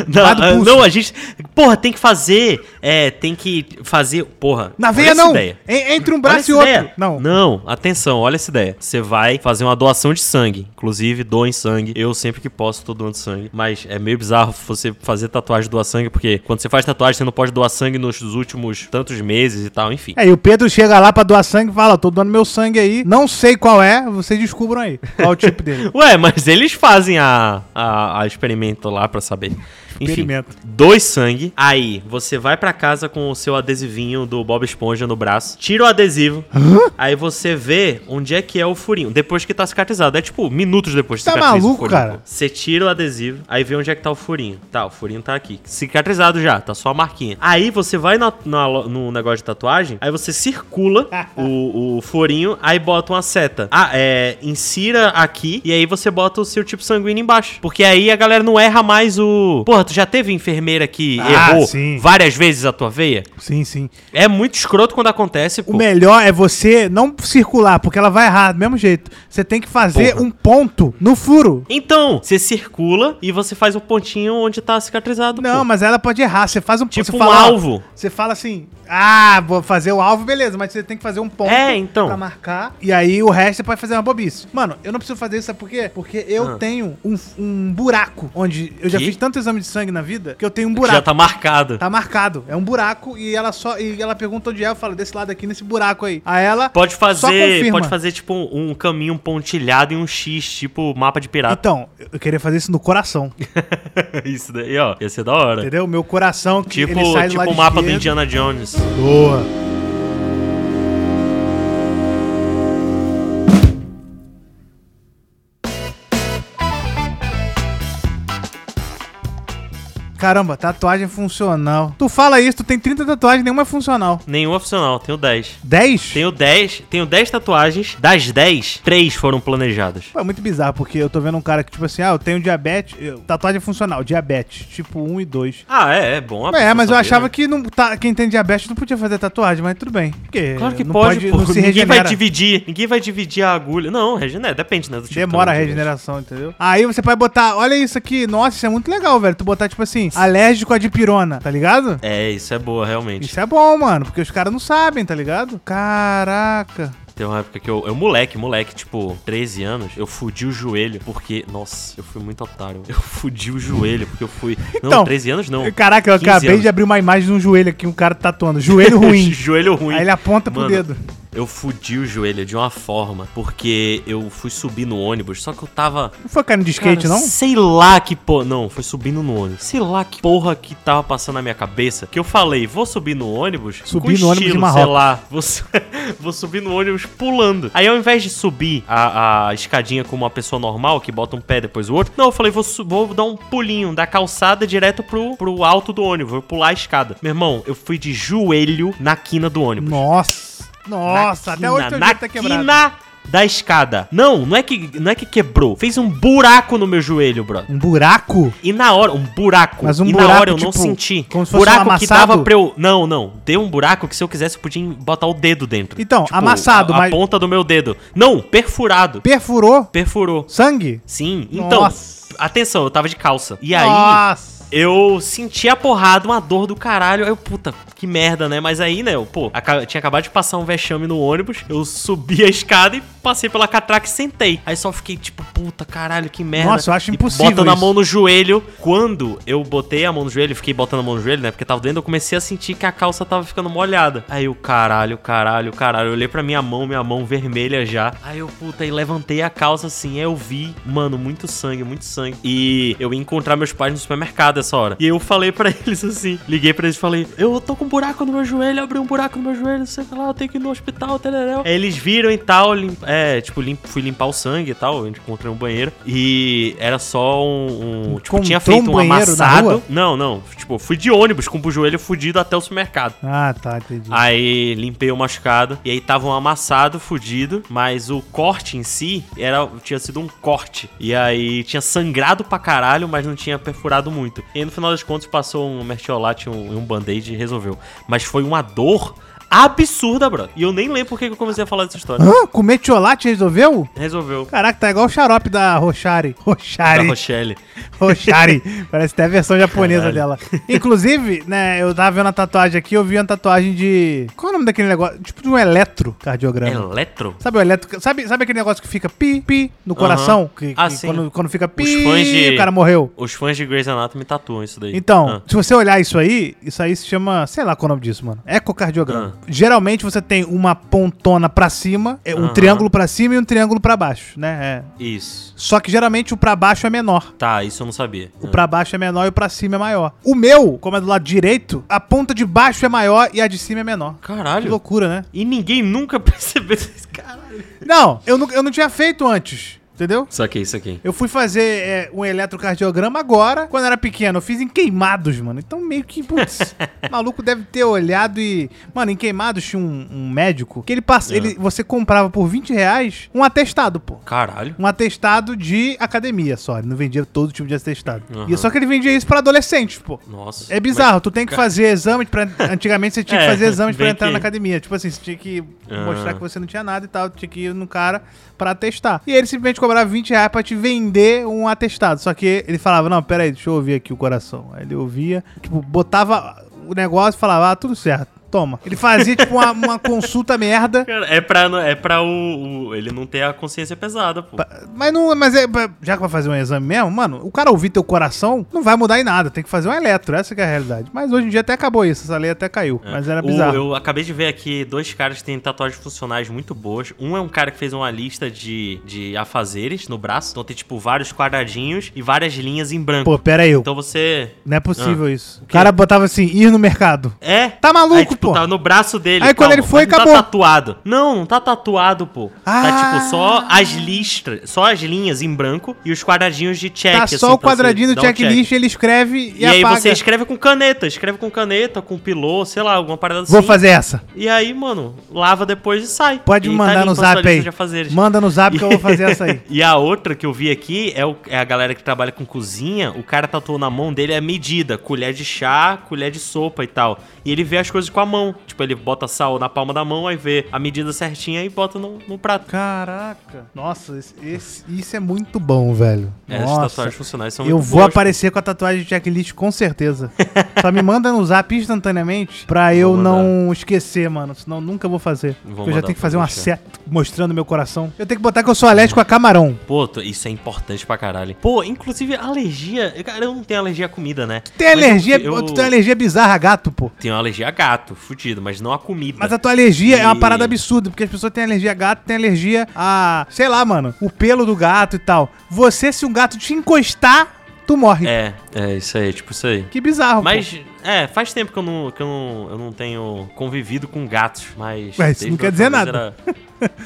Speaker 2: Não,
Speaker 3: Lá do
Speaker 2: ah,
Speaker 3: pulso.
Speaker 2: não, a gente. Porra, tem que fazer. É, tem que fazer. Porra.
Speaker 3: na
Speaker 2: olha
Speaker 3: veia
Speaker 2: essa
Speaker 3: não!
Speaker 2: Ideia.
Speaker 3: En- entre um
Speaker 2: Olha
Speaker 3: braço
Speaker 2: essa
Speaker 3: e outro.
Speaker 2: ideia.
Speaker 3: Não.
Speaker 2: Não, atenção, olha essa ideia. Você vai fazer uma doação de sangue. Inclusive, doem sangue. Eu sempre que posso tô doando sangue. Mas é meio bizarro você fazer tatuagem e doar sangue, porque quando você faz tatuagem, você não pode doar sangue nos últimos tantos meses e tal, enfim.
Speaker 3: É, e o Pedro chega lá pra doar sangue e fala: tô doando meu sangue aí. Não sei qual é, vocês descubram aí. Qual é o tipo dele.
Speaker 2: Ué, mas eles fazem a, a, a experimento lá pra saber. Enfim,
Speaker 3: Experimento.
Speaker 2: dois sangue. Aí, você vai pra casa com o seu adesivinho do Bob Esponja no braço. Tira o adesivo. Aí você vê onde é que é o furinho. Depois que tá cicatrizado. É tipo minutos depois que
Speaker 3: Tá
Speaker 2: cicatriza o
Speaker 3: maluco,
Speaker 2: furinho,
Speaker 3: cara?
Speaker 2: pô. Você tira o adesivo, aí vê onde é que tá o furinho. Tá, o furinho tá aqui. Cicatrizado já, tá só a marquinha. Aí você vai na- na lo- no negócio de tatuagem, aí você circula o, o furinho, aí bota uma seta. Ah, é. Insira aqui, e aí você bota o seu tipo sanguíneo embaixo. Porque aí a galera não erra mais o. Porra, tu já teve enfermeira que
Speaker 3: Ah,
Speaker 2: errou
Speaker 3: sim.
Speaker 2: várias vezes a tua veia?
Speaker 3: Sim, sim.
Speaker 2: É muito escroto quando acontece, pô.
Speaker 3: O melhor é você não circular, porque ela vai errar do mesmo jeito. Você tem que fazer
Speaker 2: Porra.
Speaker 3: um ponto no furo.
Speaker 2: Então, você circula e você faz o pontinho onde tá cicatrizado.
Speaker 3: Não,
Speaker 2: pô.
Speaker 3: mas ela pode errar. Você faz um
Speaker 2: Tipo
Speaker 3: você
Speaker 2: um
Speaker 3: ó,
Speaker 2: alvo.
Speaker 3: Você fala assim: ah, vou fazer o alvo, beleza, mas você tem que fazer um ponto
Speaker 2: É, então.
Speaker 3: pra marcar. E aí o resto você pode fazer uma bobice. Mano, eu não preciso fazer isso, sabe por quê? Porque eu
Speaker 2: Ah.
Speaker 3: tenho um, um buraco onde eu já
Speaker 2: Que?
Speaker 3: fiz tanto exame de sangue na vida que eu tenho um
Speaker 2: Já
Speaker 3: buraco.
Speaker 2: tá marcado.
Speaker 3: Tá marcado. É um buraco e ela só. E ela pergunta onde é. Eu falo, desse lado aqui, nesse buraco aí. Aí ela.
Speaker 2: Pode
Speaker 3: só
Speaker 2: fazer,
Speaker 3: confirma.
Speaker 2: pode fazer tipo um, um caminho pontilhado e um X, tipo mapa de pirata.
Speaker 3: Então, eu queria fazer isso no coração.
Speaker 2: É. Isso daí, ó, ia ser da hora.
Speaker 3: Então. Entendeu? Meu coração que
Speaker 2: Tipo,
Speaker 3: ele sai do
Speaker 2: tipo
Speaker 3: lado
Speaker 2: o mapa do
Speaker 3: esquerdo.
Speaker 2: Indiana Jones.
Speaker 3: Boa. Caramba, tatuagem funcional. Tu fala isso, tu tem 30 tatuagens, nenhuma é funcional.
Speaker 2: Nenhum funcional, tenho 10.
Speaker 3: 10?
Speaker 2: Tenho 10, tenho 10 tatuagens. Das 10, 3 foram planejadas.
Speaker 3: Pô, É muito bizarro, porque eu tô vendo um cara que, tipo assim, ah, eu tenho diabetes, eu- tatuagem funcional, diabetes, tipo 1 e 2.
Speaker 2: Ah, é, é bom. a
Speaker 3: É,
Speaker 2: pessoa
Speaker 3: mas eu
Speaker 2: saber,
Speaker 3: achava
Speaker 2: né?
Speaker 3: que não, tá- quem tem diabetes não podia fazer tatuagem, mas tudo bem. Porque
Speaker 2: Claro que
Speaker 3: não
Speaker 2: pode, pô.
Speaker 3: não se
Speaker 2: ninguém vai
Speaker 3: regenera.
Speaker 2: dividir, ninguém vai dividir a agulha. Não, regenera, depende, né? Do tipo
Speaker 3: Demora a
Speaker 2: também, né?
Speaker 3: regeneração, entendeu? Aí você pode botar, olha isso aqui, nossa, isso é muito legal, velho. Tu botar, tipo assim, alérgico a dipirona, tá ligado?
Speaker 2: É, isso é boa, realmente.
Speaker 3: Isso é bom, mano, porque os caras não sabem, tá ligado? Caraca.
Speaker 2: Tem uma época que eu, eu, moleque, moleque, tipo, 13 anos, eu fudi o joelho, porque, nossa, eu fui muito otário. Eu fudi o joelho, porque eu fui. Não,
Speaker 3: Então,
Speaker 2: 13 anos não.
Speaker 3: Caraca, eu
Speaker 2: 15
Speaker 3: acabei
Speaker 2: anos.
Speaker 3: de abrir uma imagem de um joelho aqui, um cara tatuando. Joelho ruim.
Speaker 2: joelho ruim.
Speaker 3: Aí ele aponta pro
Speaker 2: Mano,
Speaker 3: dedo.
Speaker 2: Eu fudi o joelho de uma forma, porque eu fui subir no ônibus, só que eu tava.
Speaker 3: Não foi caindo de skate,
Speaker 2: Cara,
Speaker 3: não?
Speaker 2: Sei lá que porra. Não, foi subindo no ônibus. Sei lá que porra que tava passando na minha cabeça. Que eu falei, vou subir no ônibus.
Speaker 3: Subir no ônibus de
Speaker 2: Sei
Speaker 3: Marrocos.
Speaker 2: lá. Vou, su- vou subir no ônibus pulando. Aí ao invés de subir a, a escadinha como uma pessoa normal, que bota um pé depois o outro. Não, eu falei, vou, su- vou dar um pulinho da calçada direto pro, pro alto do ônibus. Vou pular a escada. Meu irmão, eu fui de joelho na quina do ônibus.
Speaker 3: Nossa. Nossa,
Speaker 2: Na
Speaker 3: até hoje
Speaker 2: quina,
Speaker 3: teu
Speaker 2: na
Speaker 3: joelho tá quebrado.
Speaker 2: quina da escada. Não, não é que não é que quebrou. Fez um buraco no meu joelho, brother.
Speaker 3: Um buraco?
Speaker 2: E na hora, um buraco.
Speaker 3: Mas um
Speaker 2: e na
Speaker 3: buraco,
Speaker 2: hora eu não
Speaker 3: tipo,
Speaker 2: senti.
Speaker 3: como se fosse
Speaker 2: buraco
Speaker 3: um
Speaker 2: que
Speaker 3: amassado?
Speaker 2: dava pra eu. Não, não. Deu um buraco que se eu quisesse eu podia botar o dedo dentro. Tipo,
Speaker 3: Então, amassado,
Speaker 2: a,
Speaker 3: mas-
Speaker 2: A ponta do meu dedo. Não, perfurado.
Speaker 3: Perfurou?
Speaker 2: Perfurou.
Speaker 3: Sangue?
Speaker 2: Sim, então.
Speaker 3: Nossa.
Speaker 2: Atenção, eu tava de calça. E aí.
Speaker 3: Nossa.
Speaker 2: Eu senti a porrada, uma dor do caralho. Aí eu, puta, que merda, né? Mas aí, né, eu, pô, aca- tinha acabado de passar um vexame no ônibus. Eu subi a escada e passei pela catraca e sentei. Aí só fiquei tipo, puta, caralho, que merda.
Speaker 3: Nossa, eu acho
Speaker 2: E
Speaker 3: impossível
Speaker 2: Botando a
Speaker 3: isso.
Speaker 2: mão no joelho. Quando eu botei a mão no joelho, fiquei botando a mão no joelho, né? Porque tava doendo, eu comecei a sentir que a calça tava ficando molhada. Aí eu, caralho, caralho, caralho. Eu olhei pra minha mão, minha mão vermelha já. Aí eu, puta, e levantei a calça assim. Aí eu vi, mano, muito sangue, muito sangue. E eu ia encontrar meus pais no supermercado essa hora. E eu falei pra eles assim, liguei pra eles e falei: Eu tô com um buraco no meu joelho, abri um buraco no meu joelho, não sei o que lá, eu tenho que ir no hospital, tereréu. Aí eles viram e tal, lim- é, tipo, lim- fui limpar o sangue e tal, a gente encontrei um banheiro. E era só um. um- tipo,
Speaker 3: Encontrou
Speaker 2: tinha feito
Speaker 3: um
Speaker 2: um,
Speaker 3: banheiro na rua?
Speaker 2: amassado. Não, não. Tipo, fui de ônibus com o joelho fudido até o supermercado.
Speaker 3: Ah, tá, entendi.
Speaker 2: Aí limpei o machucado e aí tava um amassado, fudido, mas o corte em si era tinha sido um corte. E aí tinha sangrado pra caralho, mas não tinha perfurado muito. E aí, no final das contas passou um mertiolate e um, e um band-aid e resolveu. Mas foi uma dor absurda, bro. E eu nem lembro porque que eu comecei a falar dessa história.
Speaker 3: Hã? Comer tiolate resolveu?
Speaker 2: Resolveu.
Speaker 3: Caraca, tá igual o xarope da Rochari.
Speaker 2: Da
Speaker 3: Rochari.
Speaker 2: Rochelle.
Speaker 3: Rochari. Parece até a versão japonesa
Speaker 2: Caralho.
Speaker 3: dela. Inclusive, né, eu tava vendo a tatuagem aqui, eu vi uma tatuagem de. Qual é o nome daquele negócio? Tipo de um eletrocardiograma.
Speaker 2: É. Eletro?
Speaker 3: Sabe o eletro... sabe, sabe aquele negócio que fica pi, pi no coração? Que, que
Speaker 2: Ah, sim.
Speaker 3: Quando, quando fica pi,
Speaker 2: Os fãs de-
Speaker 3: o cara morreu.
Speaker 2: Os fãs de Grey's Anatomy tatuam isso daí.
Speaker 3: Então,
Speaker 2: Ah.
Speaker 3: se você olhar isso aí, isso aí se chama, sei lá qual é o nome disso, mano. Ecocardiograma.
Speaker 2: Ah.
Speaker 3: Geralmente você tem uma pontona pra cima, é, um
Speaker 2: Aham.
Speaker 3: triângulo pra cima e um triângulo pra baixo, né? É.
Speaker 2: Isso.
Speaker 3: Só que geralmente o pra baixo é menor.
Speaker 2: Tá, isso eu não sabia.
Speaker 3: O pra baixo é menor e o pra cima é maior. O meu, como é do lado direito, a ponta de baixo é maior e a de cima é menor. Que
Speaker 2: Caralho.
Speaker 3: loucura, né?
Speaker 2: E ninguém nunca percebeu isso. Caralho.
Speaker 3: Não, eu não, eu não tinha feito antes, entendeu?
Speaker 2: Saquei, saquei.
Speaker 3: Eu fui fazer é, um eletrocardiograma agora, quando eu era pequeno. Eu fiz em queimados, mano. Então meio que, putz, o maluco deve ter olhado e. Mano, em queimados tinha um, um médico que ele passa.
Speaker 2: É.
Speaker 3: Ele, você comprava por 20 reais um atestado, pô.
Speaker 2: Caralho.
Speaker 3: Um atestado de academia só. Ele não vendia todo tipo de atestado.
Speaker 2: Aham.
Speaker 3: E só que ele vendia isso pra adolescentes, pô.
Speaker 2: Nossa.
Speaker 3: É bizarro, tu tem que fazer exame pra. Antigamente você tinha que
Speaker 2: É,
Speaker 3: fazer exames pra
Speaker 2: bem
Speaker 3: entrar
Speaker 2: que-
Speaker 3: na academia. Tipo assim, você tinha que
Speaker 2: Ah.
Speaker 3: mostrar que você não tinha nada e tal, tinha que ir no cara pra testar. E ele simplesmente cobrava 20 reais pra te vender um atestado. Só que ele falava, não, peraí, deixa eu ouvir aqui o coração. Aí ele ouvia, tipo, botava o negócio e falava, ah, tudo certo. Toma. Ele fazia, tipo, uma, uma consulta merda.
Speaker 2: Cara, é pra, é pra o, o- Ele não ter a consciência pesada, pô.
Speaker 3: Pa- Mas não. Mas é, pa- já que vai fazer um exame mesmo, mano, o cara ouvir teu coração não vai mudar em nada. Tem que fazer um eletro, essa que é a realidade. Mas hoje em dia até acabou isso, essa lei até caiu.
Speaker 2: É.
Speaker 3: Mas era
Speaker 2: O-
Speaker 3: bizarro.
Speaker 2: eu acabei de ver aqui dois caras que têm tatuagens funcionais muito boas. Um é um cara que fez uma lista de, de afazeres no braço. Então tem, tipo, vários quadradinhos e várias linhas em branco.
Speaker 3: Pô, pera aí.
Speaker 2: Então você.
Speaker 3: não é possível isso. O
Speaker 2: quê?
Speaker 3: cara botava assim, ir no mercado.
Speaker 2: É?
Speaker 3: Tá maluco,
Speaker 2: Aí, tipo, tipo,
Speaker 3: pô.
Speaker 2: tá no braço dele.
Speaker 3: Aí quando
Speaker 2: calma,
Speaker 3: ele foi,
Speaker 2: mas não
Speaker 3: acabou.
Speaker 2: tá tatuado. Não, não tá tatuado, pô.
Speaker 3: Ah.
Speaker 2: Tá tipo só as listras, só as linhas em branco e os quadradinhos de check.
Speaker 3: Tá
Speaker 2: assim,
Speaker 3: só o
Speaker 2: pra você
Speaker 3: quadradinho do
Speaker 2: dar um
Speaker 3: checklist, ele escreve e,
Speaker 2: E, aí
Speaker 3: apaga.
Speaker 2: você escreve com caneta, escreve com caneta, com pilô, sei lá, alguma parada
Speaker 3: Vou
Speaker 2: assim.
Speaker 3: fazer essa.
Speaker 2: E aí, mano, lava depois e sai.
Speaker 3: Pode
Speaker 2: e tá
Speaker 3: me mandar
Speaker 2: limpo
Speaker 3: no
Speaker 2: a sua
Speaker 3: zap
Speaker 2: lista
Speaker 3: aí.
Speaker 2: de afazeres.
Speaker 3: Manda no zap que eu vou fazer essa aí.
Speaker 2: E a outra que eu vi aqui é, o- é a galera que trabalha com cozinha. O cara tatuou na mão dele a medida: colher de chá, colher de sopa e tal. E ele vê as coisas com a mão. Tipo, ele bota sal na palma da mão, aí vê a medida certinha e bota no, no prato.
Speaker 3: Caraca. Nossa, esse- esse- isso é muito bom, velho.
Speaker 2: É, Essas
Speaker 3: Nossa.
Speaker 2: tatuagens funcionais são
Speaker 3: Eu
Speaker 2: muito
Speaker 3: vou
Speaker 2: boas.
Speaker 3: aparecer com a tatuagem de checklist com certeza. Só me manda no zap instantaneamente pra eu
Speaker 2: mandar.
Speaker 3: não esquecer, mano. Senão eu nunca vou fazer.
Speaker 2: Vou
Speaker 3: eu já
Speaker 2: mandar
Speaker 3: tenho que
Speaker 2: pra
Speaker 3: fazer uma
Speaker 2: deixar.
Speaker 3: seta mostrando meu coração. Eu tenho que botar que eu sou alérgico a camarão.
Speaker 2: Pô, tu- isso é importante pra caralho. Pô, inclusive alergia. Cara, eu não tenho alergia à comida, né?
Speaker 3: Tem
Speaker 2: Mas eu-
Speaker 3: alergia,
Speaker 2: eu-
Speaker 3: tu tem alergia bizarra a gato, pô.
Speaker 2: Tenho alergia a gato, fudido, mas não a comida.
Speaker 3: Mas a tua alergia é uma
Speaker 2: E-
Speaker 3: parada absurda, porque as pessoas têm alergia a gato, têm alergia a, sei lá, mano, o pelo do gato e tal. Você, se um gato te encostar, tu morre.
Speaker 2: É, é isso aí, tipo isso aí.
Speaker 3: Que bizarro, pô.
Speaker 2: Mas, é, faz tempo que eu não, que eu não, eu não tenho convivido com gatos, mas...
Speaker 3: Ué, isso
Speaker 2: desde
Speaker 3: não quer
Speaker 2: outra
Speaker 3: dizer
Speaker 2: vez
Speaker 3: nada.
Speaker 2: era-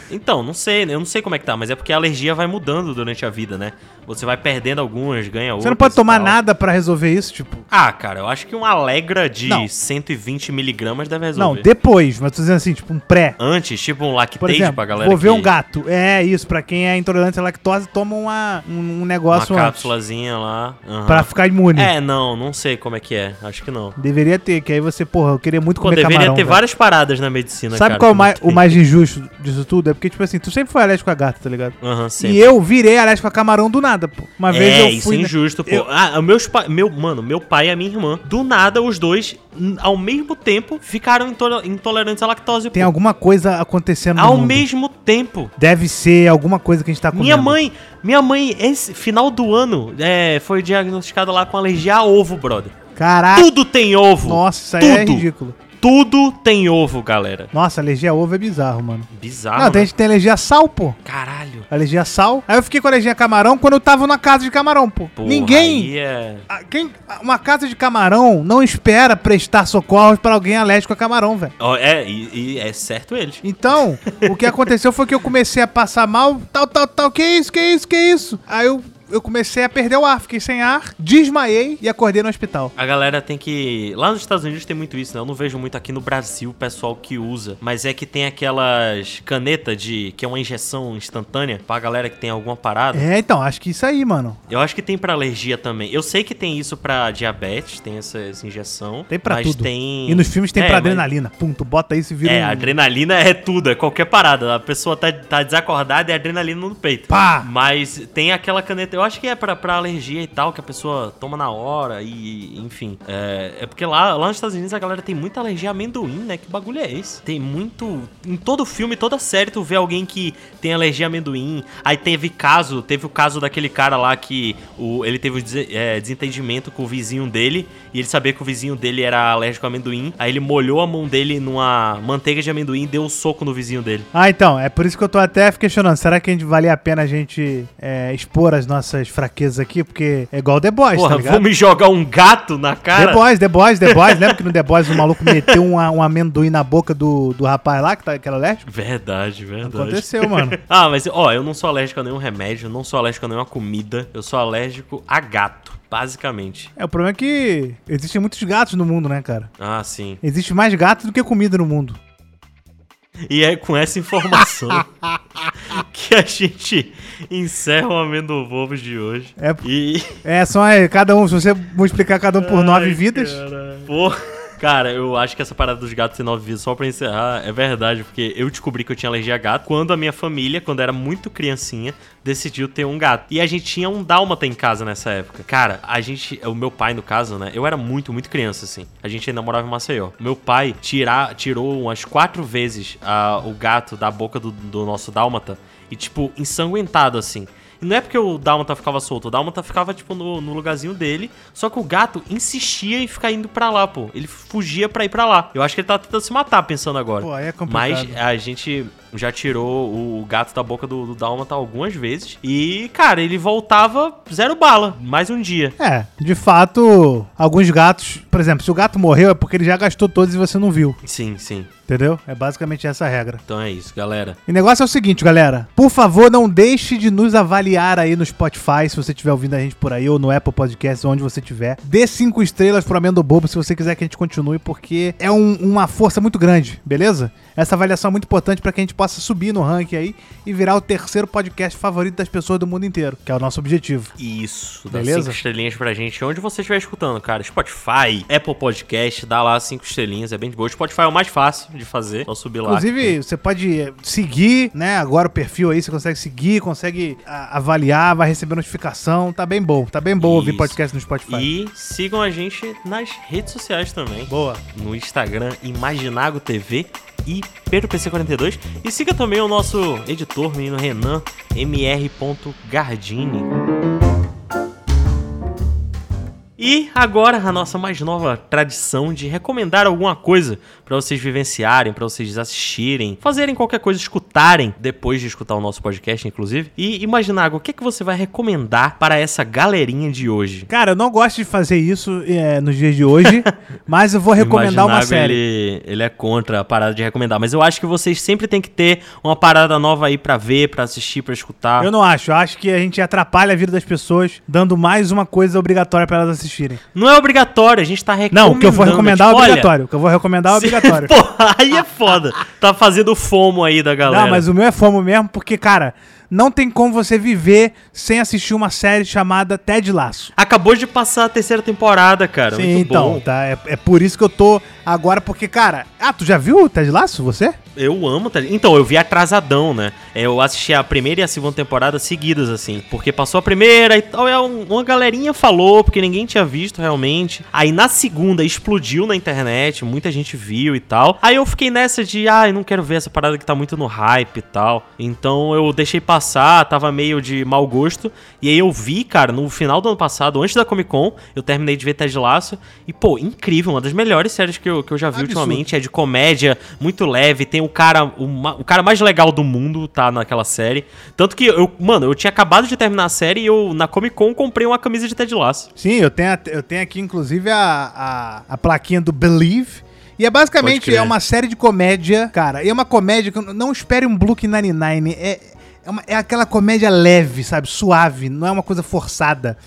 Speaker 2: Então, não sei, né? eu não sei como é que tá, mas é porque a alergia vai mudando durante a vida, né? Você vai perdendo algumas, ganha outras
Speaker 3: Você não pode
Speaker 2: e
Speaker 3: tomar
Speaker 2: tal.
Speaker 3: nada pra resolver isso, tipo.
Speaker 2: Ah, cara, eu acho que um Alegra de
Speaker 3: Não.
Speaker 2: 120 miligramas deve
Speaker 3: Não,
Speaker 2: resolver.
Speaker 3: depois, mas tô dizendo assim, tipo, um pré.
Speaker 2: Antes, tipo um
Speaker 3: Por
Speaker 2: lactate
Speaker 3: exemplo,
Speaker 2: pra galera
Speaker 3: vou ver
Speaker 2: que-
Speaker 3: um gato. É isso, pra quem é intolerante à lactose, toma uma, um, um
Speaker 2: Uma
Speaker 3: negócio antes,
Speaker 2: cápsulazinha lá. aham.
Speaker 3: pra ficar imune.
Speaker 2: É, não, não sei como é que é, acho que não.
Speaker 3: Deveria ter, que aí você, porra, eu queria muito
Speaker 2: Pô,
Speaker 3: comer
Speaker 2: deveria
Speaker 3: camarão.
Speaker 2: ter
Speaker 3: velho.
Speaker 2: várias paradas na medicina,
Speaker 3: Sabe
Speaker 2: né, cara,
Speaker 3: qual é o
Speaker 2: que
Speaker 3: mais,
Speaker 2: não
Speaker 3: o mais injusto disso tudo? É porque, tipo assim, tu sempre foi alérgico a gato, tá ligado?
Speaker 2: tem. Aham, sempre.
Speaker 3: E eu virei alérgico a camarão do nada, pô. Uma vez
Speaker 2: é,
Speaker 3: eu
Speaker 2: isso
Speaker 3: fui.
Speaker 2: é injusto, pô.
Speaker 3: eu-
Speaker 2: Ah, meus pa... meu, mano, meu pai e a minha irmã, do nada, os dois, n- ao mesmo tempo, ficaram intol- intolerantes à lactose,
Speaker 3: Tem
Speaker 2: pô.
Speaker 3: alguma coisa acontecendo
Speaker 2: Ao
Speaker 3: no mundo.
Speaker 2: mesmo tempo.
Speaker 3: Deve ser alguma coisa que a gente tá comendo.
Speaker 2: um Minha mãe, minha mãe, esse final do ano, é, foi diagnosticada lá com alergia a ovo, brother.
Speaker 3: Caraca.
Speaker 2: Tudo tem ovo.
Speaker 3: Nossa, isso aí é
Speaker 2: Tudo.
Speaker 3: ridículo.
Speaker 2: Tudo tem ovo, galera.
Speaker 3: Nossa, alergia a ovo é bizarro, mano.
Speaker 2: Bizarro,
Speaker 3: não, tem
Speaker 2: né?
Speaker 3: gente que tem alergia a sal, pô.
Speaker 2: Caralho.
Speaker 3: Alergia a sal. Aí eu fiquei com alergia a camarão quando eu tava na casa de camarão, pô.
Speaker 2: Porra,
Speaker 3: Ninguém.
Speaker 2: aí é-
Speaker 3: Ah, Quem, uma casa de camarão não espera prestar socorro pra alguém alérgico a camarão, velho.
Speaker 2: Ó, é, e, e é certo eles.
Speaker 3: Então, o que aconteceu foi que eu comecei a passar mal, tal, tal, tal, que isso, que isso, que isso. Aí eu, eu comecei a perder o ar, fiquei sem ar, desmaiei e acordei no hospital.
Speaker 2: A galera tem que. Lá nos Estados Unidos tem muito isso, né? Eu não vejo muito aqui no Brasil o pessoal que usa. Mas é que tem aquelas caneta de. que é uma injeção instantânea pra galera que tem alguma parada.
Speaker 3: É, então, acho que isso aí, mano.
Speaker 2: Eu acho que tem pra alergia também. Eu sei que tem isso pra diabetes, tem essa, essa injeção.
Speaker 3: Tem pra
Speaker 2: mas
Speaker 3: tudo.
Speaker 2: Tem...
Speaker 3: E nos filmes tem
Speaker 2: É,
Speaker 3: pra
Speaker 2: mas-
Speaker 3: adrenalina. Pum, tu bota isso e vira
Speaker 2: É,
Speaker 3: um...
Speaker 2: adrenalina é tudo, é qualquer parada. A pessoa tá, tá desacordada e é adrenalina no peito.
Speaker 3: Pá!
Speaker 2: Mas tem aquela caneta, eu acho que é pra, pra alergia e tal, que a pessoa toma na hora e, enfim. É, é porque lá, lá nos Estados Unidos a galera tem muita alergia a amendoim, né? Que bagulho é esse? Tem muito. Em todo filme, toda série, tu vê alguém que tem alergia a amendoim. Aí teve caso, teve o caso daquele cara lá que o, ele teve um dese- é, desentendimento com o vizinho dele e ele sabia que o vizinho dele era alérgico a amendoim. Aí ele molhou a mão dele numa manteiga de amendoim e deu um soco no vizinho dele.
Speaker 3: Ah, então, é por isso que eu tô até questionando. Será que a gente valia a pena a gente é, expor as nossas fraquezas aqui? Porque é igual The Boys, tá
Speaker 2: Porra,
Speaker 3: ligado?
Speaker 2: vou me jogar um gato na cara?
Speaker 3: The Boys, The Boys, The Boys. Lembra que no The Boys o maluco meteu um, um amendoim na boca do, do rapaz lá, que, tá, que era alérgico?
Speaker 2: Verdade, verdade.
Speaker 3: Aconteceu, mano.
Speaker 2: Ah, mas ó, eu não sou alérgico a nenhum remédio, não sou alérgico a nenhuma comida, eu sou alérgico a gato, basicamente.
Speaker 3: É, o problema é que existem muitos gatos no mundo, né, cara?
Speaker 2: Ah, sim.
Speaker 3: Existe mais gato do que comida no mundo.
Speaker 2: E é com essa informação que a gente encerra o Amendo Bobo de hoje.
Speaker 3: É,
Speaker 2: E.
Speaker 3: é só é, cada um, se você multiplicar cada um por nove vidas.
Speaker 2: Pô. Cara, eu acho que essa parada dos gatos ter nove vidas, só pra encerrar, é verdade, porque eu descobri que eu tinha alergia a gato quando a minha família, quando era muito criancinha, decidiu ter um gato. E a gente tinha um dálmata em casa nessa época. Cara, a gente, o meu pai no caso, né? Eu era muito, muito criança, assim. A gente ainda morava em Maceió. Meu pai tirar, tirou umas quatro vezes ah, o gato da boca do, do nosso dálmata e, tipo, ensanguentado, assim. E não é porque o Dálmata ficava solto, o Dálmata ficava, tipo, no, no lugarzinho dele. Só que o gato insistia em ficar indo pra lá, pô. Ele fugia pra ir pra lá. Eu acho que ele tá tentando se matar pensando agora.
Speaker 3: Pô, aí é complicado.
Speaker 2: Mas a gente. já tirou o, o gato da boca do, do Dálmata algumas vezes. E, cara, ele voltava zero bala, mais um dia.
Speaker 3: É, de fato, alguns gatos, por exemplo, se o gato morreu é porque ele já gastou todos e você não viu,
Speaker 2: Sim, sim.
Speaker 3: entendeu? É basicamente essa a regra.
Speaker 2: Então é isso, galera.
Speaker 3: E o negócio é o seguinte, galera. Por favor, não deixe de nos avaliar aí no Spotify, se você estiver ouvindo a gente por aí, ou no Apple Podcasts, onde você estiver. Dê cinco estrelas pro Amendo Bobo, se você quiser que a gente continue, porque é um- uma força muito grande, beleza? Essa avaliação é muito importante pra que a gente possa subir no ranking aí e virar o terceiro podcast favorito das pessoas do mundo inteiro, que é o nosso objetivo.
Speaker 2: Isso, dá
Speaker 3: Beleza?
Speaker 2: cinco estrelinhas pra gente. Onde você estiver escutando, cara. Spotify, Apple Podcast, dá lá cinco estrelinhas, é bem de boa. Spotify é o mais fácil de fazer, só subir lá.
Speaker 3: Inclusive, você pode eh, seguir, né? Agora o perfil aí, você consegue seguir, consegue ah, avaliar, vai receber notificação. Tá bem bom, tá bem bom ouvir
Speaker 2: Isso.
Speaker 3: podcast no Spotify.
Speaker 2: E sigam a gente nas redes sociais também.
Speaker 3: Boa.
Speaker 2: No Instagram, Imaginago TV e Pedro PC42. E siga também o nosso editor, menino Renan, mr.gardini. E agora a nossa mais nova tradição de recomendar alguma coisa pra vocês vivenciarem, pra vocês assistirem, fazerem qualquer coisa, escutarem depois de escutar o nosso podcast, inclusive. E imaginar o que é que você vai recomendar para essa galerinha de hoje?
Speaker 3: Cara, eu não gosto de fazer isso eh, nos dias de hoje, mas eu vou recomendar uma
Speaker 2: Imaginável,
Speaker 3: série.
Speaker 2: Ele, ele é contra a parada de recomendar, mas eu acho que vocês sempre têm que ter uma parada nova aí pra ver, pra assistir, pra escutar.
Speaker 3: Eu
Speaker 2: não...
Speaker 3: não acho, eu acho que a gente atrapalha a vida das pessoas dando mais uma coisa obrigatória pra elas assistirem.
Speaker 2: é obrigatório, a gente tá recomendando.
Speaker 3: Não, o que eu vou recomendar é
Speaker 2: tipo, olha,
Speaker 3: obrigatório. O que eu vou recomendar é
Speaker 2: se-
Speaker 3: obrigatório.
Speaker 2: Porra, aí é foda. Tá fazendo fomo aí da galera.
Speaker 3: Não, mas o meu é fomo mesmo, porque, cara, não tem como você viver sem assistir uma série chamada Ted Laço.
Speaker 2: Acabou de passar a terceira temporada, cara.
Speaker 3: Sim,
Speaker 2: Muito
Speaker 3: então,
Speaker 2: bom.
Speaker 3: tá? É, é por isso que eu tô agora, porque, cara. Ah, tu já viu o Ted Laço, você?
Speaker 2: Eu amo, tá? Então, eu vi atrasadão, né? Eu assisti a primeira e a segunda temporada seguidas, assim. Porque passou a primeira e tal. E um- uma galerinha falou, porque ninguém tinha visto realmente. Aí na segunda explodiu na internet, muita gente viu e tal. Aí eu fiquei nessa de, ah, eu não quero ver essa parada que tá muito no hype e tal. Então eu deixei passar, tava meio de mau gosto. E aí eu vi, cara, no final do ano passado, antes da Comic Con, eu terminei de ver Ted Lasso. E, pô, incrível, uma das melhores séries que eu, que eu já vi
Speaker 3: Absurdo.
Speaker 2: ultimamente é de comédia, muito leve. Tem o cara, o, ma- o cara mais legal do mundo, tá naquela série. Tanto que eu, mano, eu tinha acabado de terminar a série e eu na Comic Con comprei uma camisa de Ted Lasso.
Speaker 3: Sim, eu tenho, a- eu tenho aqui, inclusive, a, a, a plaquinha do Believe. E é
Speaker 2: Pode
Speaker 3: basicamente
Speaker 2: crer.
Speaker 3: é uma série de comédia, cara. E é uma comédia que eu não espere um Blue 99. É, é, uma- é aquela comédia leve, sabe? Suave, não é uma coisa forçada.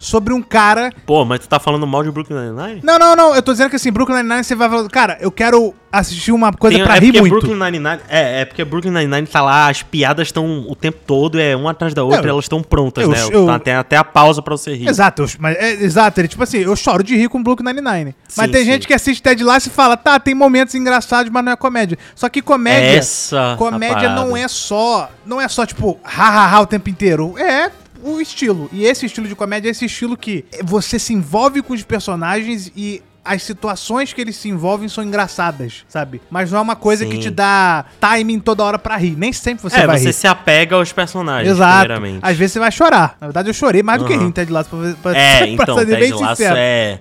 Speaker 3: Sobre um cara
Speaker 2: Pô, mas tu tá falando mal de Brooklyn Nine-Nine?
Speaker 3: Não, não, não. Eu tô dizendo que assim, Brooklyn Nine-Nine você vai falando, cara, eu quero assistir uma coisa
Speaker 2: Tem-
Speaker 3: pra
Speaker 2: é
Speaker 3: rir
Speaker 2: porque
Speaker 3: muito.
Speaker 2: Brooklyn Nine-Nine, é, é porque Brooklyn Nine-Nine tá lá, as piadas estão o tempo todo, é uma atrás da outra,
Speaker 3: Eu-
Speaker 2: elas estão prontas,
Speaker 3: eu-
Speaker 2: né?
Speaker 3: eu-
Speaker 2: Tá- tem até a pausa pra você rir.
Speaker 3: Exato, eu- mas é, exato, ele tipo assim, eu choro de rir com Brooklyn Nine-Nine. Mas
Speaker 2: Sim,
Speaker 3: tem
Speaker 2: sim.
Speaker 3: gente que assiste Ted Lasso e fala, tá, tem momentos engraçados, mas não é comédia. Só que comédia,
Speaker 2: Essa a
Speaker 3: comédia
Speaker 2: parada.
Speaker 3: não é só, não é só tipo, ha, ha, ha o tempo inteiro. É o estilo. E esse estilo de comédia é esse estilo que você se envolve com os personagens e as situações que eles se envolvem são engraçadas, sabe? Mas não é uma coisa que
Speaker 2: Sim.
Speaker 3: te dá timing toda hora pra rir. Nem sempre você
Speaker 2: é,
Speaker 3: vai
Speaker 2: você
Speaker 3: rir.
Speaker 2: se apega aos personagens,
Speaker 3: Exato.
Speaker 2: primeiramente.
Speaker 3: Às vezes você vai chorar. Na verdade, eu chorei mais do que
Speaker 2: Aham.
Speaker 3: rir em Ted Lasso, pra, pra,
Speaker 2: É,
Speaker 3: pra
Speaker 2: então,
Speaker 3: ser
Speaker 2: Ted Lasso é...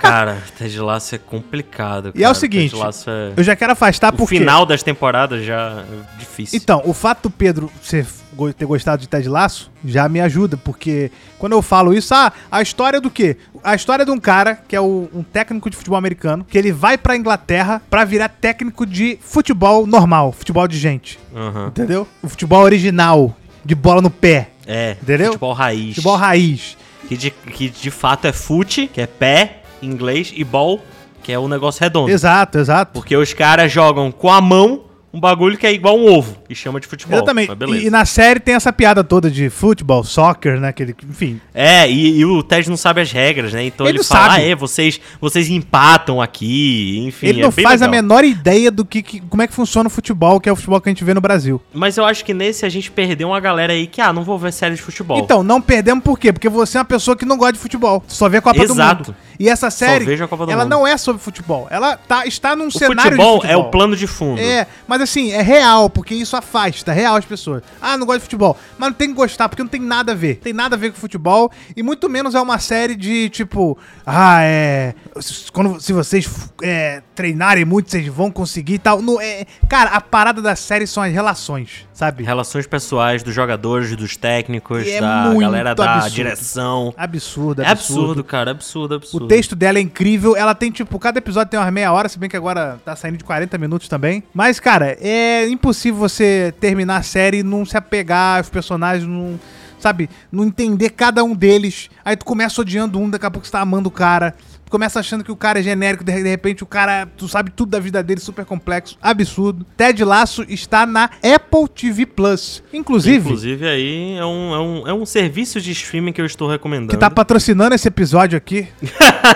Speaker 2: Cara, Ted Lasso é complicado,
Speaker 3: E é o
Speaker 2: cara.
Speaker 3: seguinte,
Speaker 2: Ted Lasso é...
Speaker 3: Eu já quero afastar
Speaker 2: O
Speaker 3: porque...
Speaker 2: final das temporadas já é difícil.
Speaker 3: Ah, Então, o fato do Pedro ser- go- ter gostado de Ted Laço já me ajuda, porque quando eu falo isso, ah, a história do quê? A história de um cara que é o- um técnico de futebol americano, que ele vai pra Inglaterra pra virar técnico de futebol normal, futebol de gente,
Speaker 2: Aham.
Speaker 3: entendeu? O futebol original, de bola no pé,
Speaker 2: É,
Speaker 3: Entendeu?
Speaker 2: futebol raiz.
Speaker 3: futebol raiz.
Speaker 2: que, de, que de fato é foot, que é pé em inglês, e ball, que é um negócio redondo.
Speaker 3: Exato, exato.
Speaker 2: Porque os caras jogam com a mão um bagulho que é igual um ovo e chama de futebol.
Speaker 3: Exatamente.
Speaker 2: Mas beleza.
Speaker 3: E, e na série tem essa piada toda de futebol, soccer, né? Aquele, enfim.
Speaker 2: É, e, e o Ted não sabe as regras, né? Então ele,
Speaker 3: Ele não
Speaker 2: fala,
Speaker 3: sabe.
Speaker 2: ah, é, vocês, vocês empatam aqui, enfim.
Speaker 3: ele
Speaker 2: é
Speaker 3: não
Speaker 2: bem
Speaker 3: faz a
Speaker 2: legal.
Speaker 3: menor ideia do que, que- como é que funciona o futebol, que é o futebol que a gente vê no Brasil.
Speaker 2: Mas eu acho que nesse a gente perdeu uma galera aí que, ah, não vou ver série de futebol.
Speaker 3: Então, não perdemos por quê? Porque você é uma pessoa que não gosta de futebol. Tu só vê a Copa
Speaker 2: Exato.
Speaker 3: do Mundo. E essa série,
Speaker 2: vejo a Copa do
Speaker 3: ela
Speaker 2: Mundo.
Speaker 3: não é sobre futebol. Ela tá, está num
Speaker 2: O
Speaker 3: cenário
Speaker 2: futebol,
Speaker 3: de
Speaker 2: é o plano de fundo.
Speaker 3: É, mas assim, é real, porque isso afasta, real as pessoas. Ah, não gosto de futebol. Mas não tem que gostar, porque não tem nada a ver. Tem nada a ver com futebol, e muito menos é uma série de tipo, ah, é. s- Quando, se vocês é, treinarem muito, vocês vão conseguir e tal. Não, é, cara, a parada da série são as relações, sabe?
Speaker 2: Relações pessoais dos jogadores, dos técnicos,
Speaker 3: E é
Speaker 2: da
Speaker 3: muito
Speaker 2: galera da
Speaker 3: absurdo.
Speaker 2: direção.
Speaker 3: Absurdo,
Speaker 2: É absurdo, cara. Absurdo, absurdo.
Speaker 3: O texto dela é incrível, ela tem, tipo, cada episódio tem umas meia hora, se bem que agora tá saindo de 40 minutos também. Mas, cara, é impossível você terminar a série e não se apegar aos personagens, não. Sabe? Não entender cada um deles. Aí tu começa odiando um, daqui a pouco você tá amando o cara. Tu começa achando que o cara é genérico, de de repente o cara, tu sabe tudo da vida dele, super complexo, absurdo. Ted Laço está na Apple TV Plus. Inclusive,
Speaker 2: Inclusive, aí é um, é, um, é um serviço de streaming que eu estou recomendando.
Speaker 3: que tá patrocinando esse episódio aqui.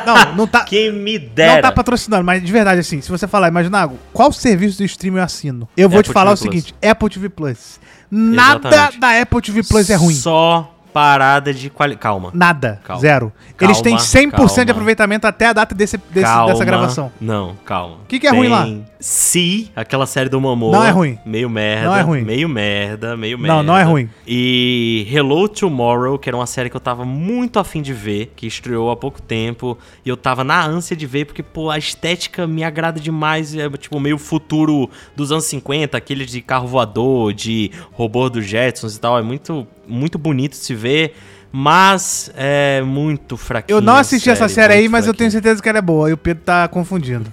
Speaker 3: não, não tá.
Speaker 2: Quem me dera.
Speaker 3: Não tá patrocinando, mas de verdade, assim, se você falar, imaginago, qual serviço do streaming eu assino? Eu vou
Speaker 2: Apple
Speaker 3: te falar
Speaker 2: TV+.
Speaker 3: o seguinte: Apple TV Plus. Nada
Speaker 2: Exatamente.
Speaker 3: da Apple TV Plus é ruim.
Speaker 2: Só parada de qualidade. Calma.
Speaker 3: Nada.
Speaker 2: Calma.
Speaker 3: Zero.
Speaker 2: Calma,
Speaker 3: Eles têm 100% de
Speaker 2: calma.
Speaker 3: aproveitamento até a data desse, desse-
Speaker 2: calma.
Speaker 3: dessa gravação.
Speaker 2: Não, calma. O
Speaker 3: Que que é ruim lá?
Speaker 2: Se, aquela série do Momoa.
Speaker 3: Não é ruim.
Speaker 2: Meio merda.
Speaker 3: Não é ruim.
Speaker 2: Meio merda, meio
Speaker 3: Não,
Speaker 2: merda.
Speaker 3: não é ruim.
Speaker 2: E Hello Tomorrow, que era uma série que eu tava muito afim de ver, que estreou há pouco tempo. E eu tava na ânsia de ver, porque, pô, a estética me agrada demais. É, tipo, meio futuro dos anos 50, aquele de carro voador, de robô dos Jetsons e tal. É muito, muito bonito de se ver. Mas é muito fraquinho.
Speaker 3: Eu não assisti
Speaker 2: a
Speaker 3: essa série aí,
Speaker 2: muito
Speaker 3: mas eu
Speaker 2: fraquinho.
Speaker 3: tenho certeza que ela é boa. E o Pedro tá confundindo.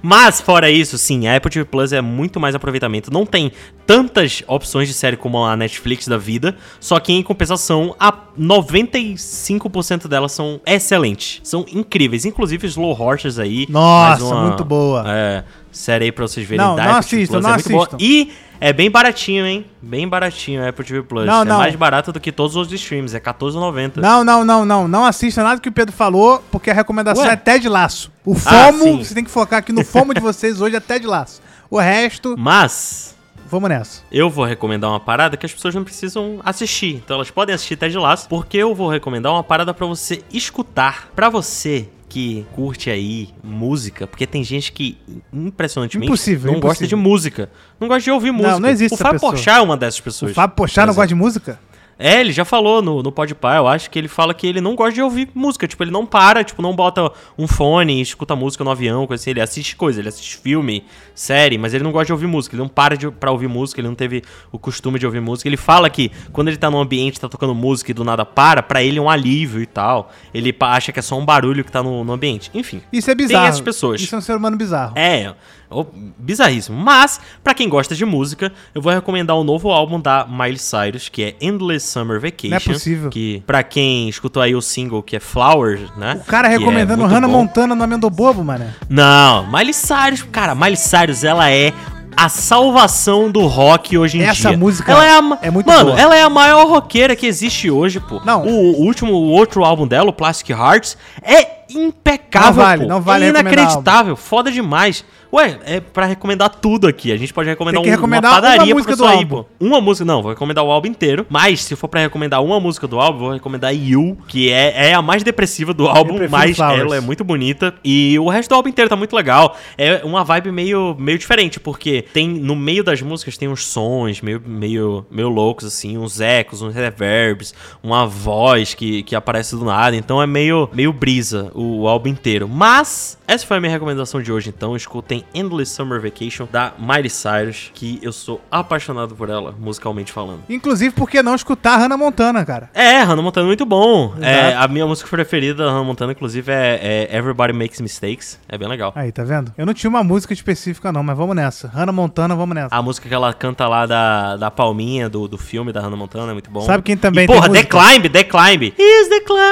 Speaker 2: Mas, fora isso, sim, a Apple TV Plus é muito mais aproveitamento. Não tem tantas opções de série como a Netflix da vida, só que, em compensação, a 95% delas são excelentes. São incríveis. Inclusive, Slow Horses aí.
Speaker 3: Nossa,
Speaker 2: mais
Speaker 3: muito boa.
Speaker 2: É, série aí pra vocês verem.
Speaker 3: Não,
Speaker 2: da
Speaker 3: não
Speaker 2: Apple TV
Speaker 3: assistam,
Speaker 2: Plus,
Speaker 3: não
Speaker 2: é muito boa.
Speaker 3: assistam.
Speaker 2: E é bem baratinho, hein? Bem baratinho a Apple TV Plus.
Speaker 3: Não,
Speaker 2: é
Speaker 3: não.
Speaker 2: mais barato do que todos os outros streams. É $14,90.
Speaker 3: Não, não, não, não. Não assista nada que o Pedro falou, porque a recomendação
Speaker 2: Ué?
Speaker 3: é Ted Laço. O
Speaker 2: Ah,
Speaker 3: FOMO,
Speaker 2: sim.
Speaker 3: você tem que focar aqui no FOMO de vocês hoje é Ted Laço. O resto,
Speaker 2: Mas...
Speaker 3: vamos nessa.
Speaker 2: Eu vou recomendar uma parada que as pessoas não precisam assistir. Então elas podem assistir Ted Lasso, porque eu vou recomendar uma parada pra você escutar, Pra você que curte aí música, porque tem gente que impressionantemente
Speaker 3: Impossível,
Speaker 2: não gosta
Speaker 3: impossível.
Speaker 2: de música, não gosta de ouvir música.
Speaker 3: não existe
Speaker 2: O
Speaker 3: essa
Speaker 2: Fábio
Speaker 3: pessoa.
Speaker 2: Porchat é uma dessas
Speaker 3: O
Speaker 2: pessoas.
Speaker 3: Fábio Pochá não
Speaker 2: Por exemplo.
Speaker 3: gosta de música?
Speaker 2: É, ele já falou no, no Podpah, eu acho que ele fala que ele não gosta de ouvir música. Tipo, ele não para, tipo, não bota um fone e escuta música no avião, coisa assim. Ele assiste coisa, ele assiste filme, série, mas ele não gosta de ouvir música. Ele não para de, pra ouvir música, ele não teve o costume de ouvir música. Ele fala que quando ele tá num ambiente, tá tocando música e do nada para, pra ele é um alívio e tal. Ele pa- acha que é só um barulho que tá no, no ambiente. Enfim.
Speaker 3: Isso é bizarro.
Speaker 2: essas pessoas.
Speaker 3: Isso é um ser humano bizarro.
Speaker 2: É, ó, bizarríssimo. Mas, pra quem gosta de música, eu vou recomendar o novo álbum da Miley Cyrus, que é Endless Summer Vacation.
Speaker 3: Não é possível.
Speaker 2: Que, pra quem escutou aí o single, que é Flowers, né?
Speaker 3: O cara
Speaker 2: que é
Speaker 3: recomendando
Speaker 2: muito
Speaker 3: Hannah
Speaker 2: bom.
Speaker 3: Montana no Amendo Bobo, mano.
Speaker 2: Não, Miley Cyrus, cara, Miley Cyrus, ela é a salvação do rock hoje em
Speaker 3: Essa
Speaker 2: dia.
Speaker 3: música
Speaker 2: ela é, a, ma-
Speaker 3: é muito
Speaker 2: Mano,
Speaker 3: boa.
Speaker 2: ela é a maior roqueira que existe hoje, pô.
Speaker 3: Não.
Speaker 2: O, o último, o outro álbum dela, o Plastic Hearts, é impecável,
Speaker 3: Não vale,
Speaker 2: pô.
Speaker 3: não vale
Speaker 2: É
Speaker 3: recomendar
Speaker 2: inacreditável, foda demais. Ué, é pra recomendar tudo aqui. A gente pode recomendar,
Speaker 3: Tem que
Speaker 2: um-
Speaker 3: recomendar
Speaker 2: uma
Speaker 3: uma
Speaker 2: padaria pra
Speaker 3: música do
Speaker 2: pessoa ir,
Speaker 3: álbum.
Speaker 2: pô. Uma música, não, vou recomendar o álbum inteiro. Mas se for pra recomendar uma música do álbum, vou recomendar You, que é, é a mais depressiva do álbum,
Speaker 3: prefiro
Speaker 2: mas
Speaker 3: Flowers.
Speaker 2: ela é muito bonita. E o resto do álbum inteiro tá muito legal. É uma vibe meio, meio diferente, porque tem no meio das músicas tem uns sons meio, meio, meio loucos, assim, uns ecos, uns reverbs, uma voz que, que aparece do nada. Então é meio, meio brisa o álbum inteiro. Mas essa foi a minha recomendação de hoje, então. Escutem Endless Summer Vacation da Miley Cyrus, que eu sou apaixonado por ela, musicalmente falando.
Speaker 3: Inclusive, por que não escutar Hannah Montana, cara?
Speaker 2: É, Hannah Montana é muito bom.
Speaker 3: Exato.
Speaker 2: É, a minha música preferida da Hannah Montana, inclusive, é, é Everybody Makes Mistakes. É bem legal.
Speaker 3: Aí, tá vendo? Eu não tinha uma música específica, não, mas vamos nessa. Hannah Montana, vamos nessa.
Speaker 2: A música que ela canta lá da, da palminha do, do filme da Hannah Montana é muito bom.
Speaker 3: Sabe quem também
Speaker 2: e,
Speaker 3: tem
Speaker 2: porra, The
Speaker 3: música?
Speaker 2: Climb, The Climb. Is The Climb.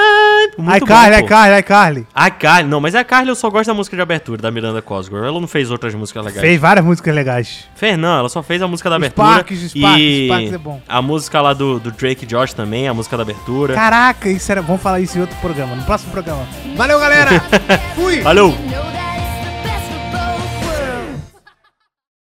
Speaker 2: Muito
Speaker 3: Ai, Carly, ai,
Speaker 2: pô.
Speaker 3: Carly, ai, Carly.
Speaker 2: Ai, Carly. Não, mas a Carly eu só gosto da música de abertura, da Miranda Cosgrove. Ela não fez outras músicas legais.
Speaker 3: Fez várias músicas legais.
Speaker 2: Fez não, ela só fez a música da
Speaker 3: Os
Speaker 2: abertura.
Speaker 3: parques, os parques,
Speaker 2: e
Speaker 3: os parques é bom.
Speaker 2: A música lá do, do Drake e Josh também, a música da abertura.
Speaker 3: Caraca, isso era. Vamos falar isso em outro programa, no próximo programa. Valeu, galera! Fui!
Speaker 2: Valeu!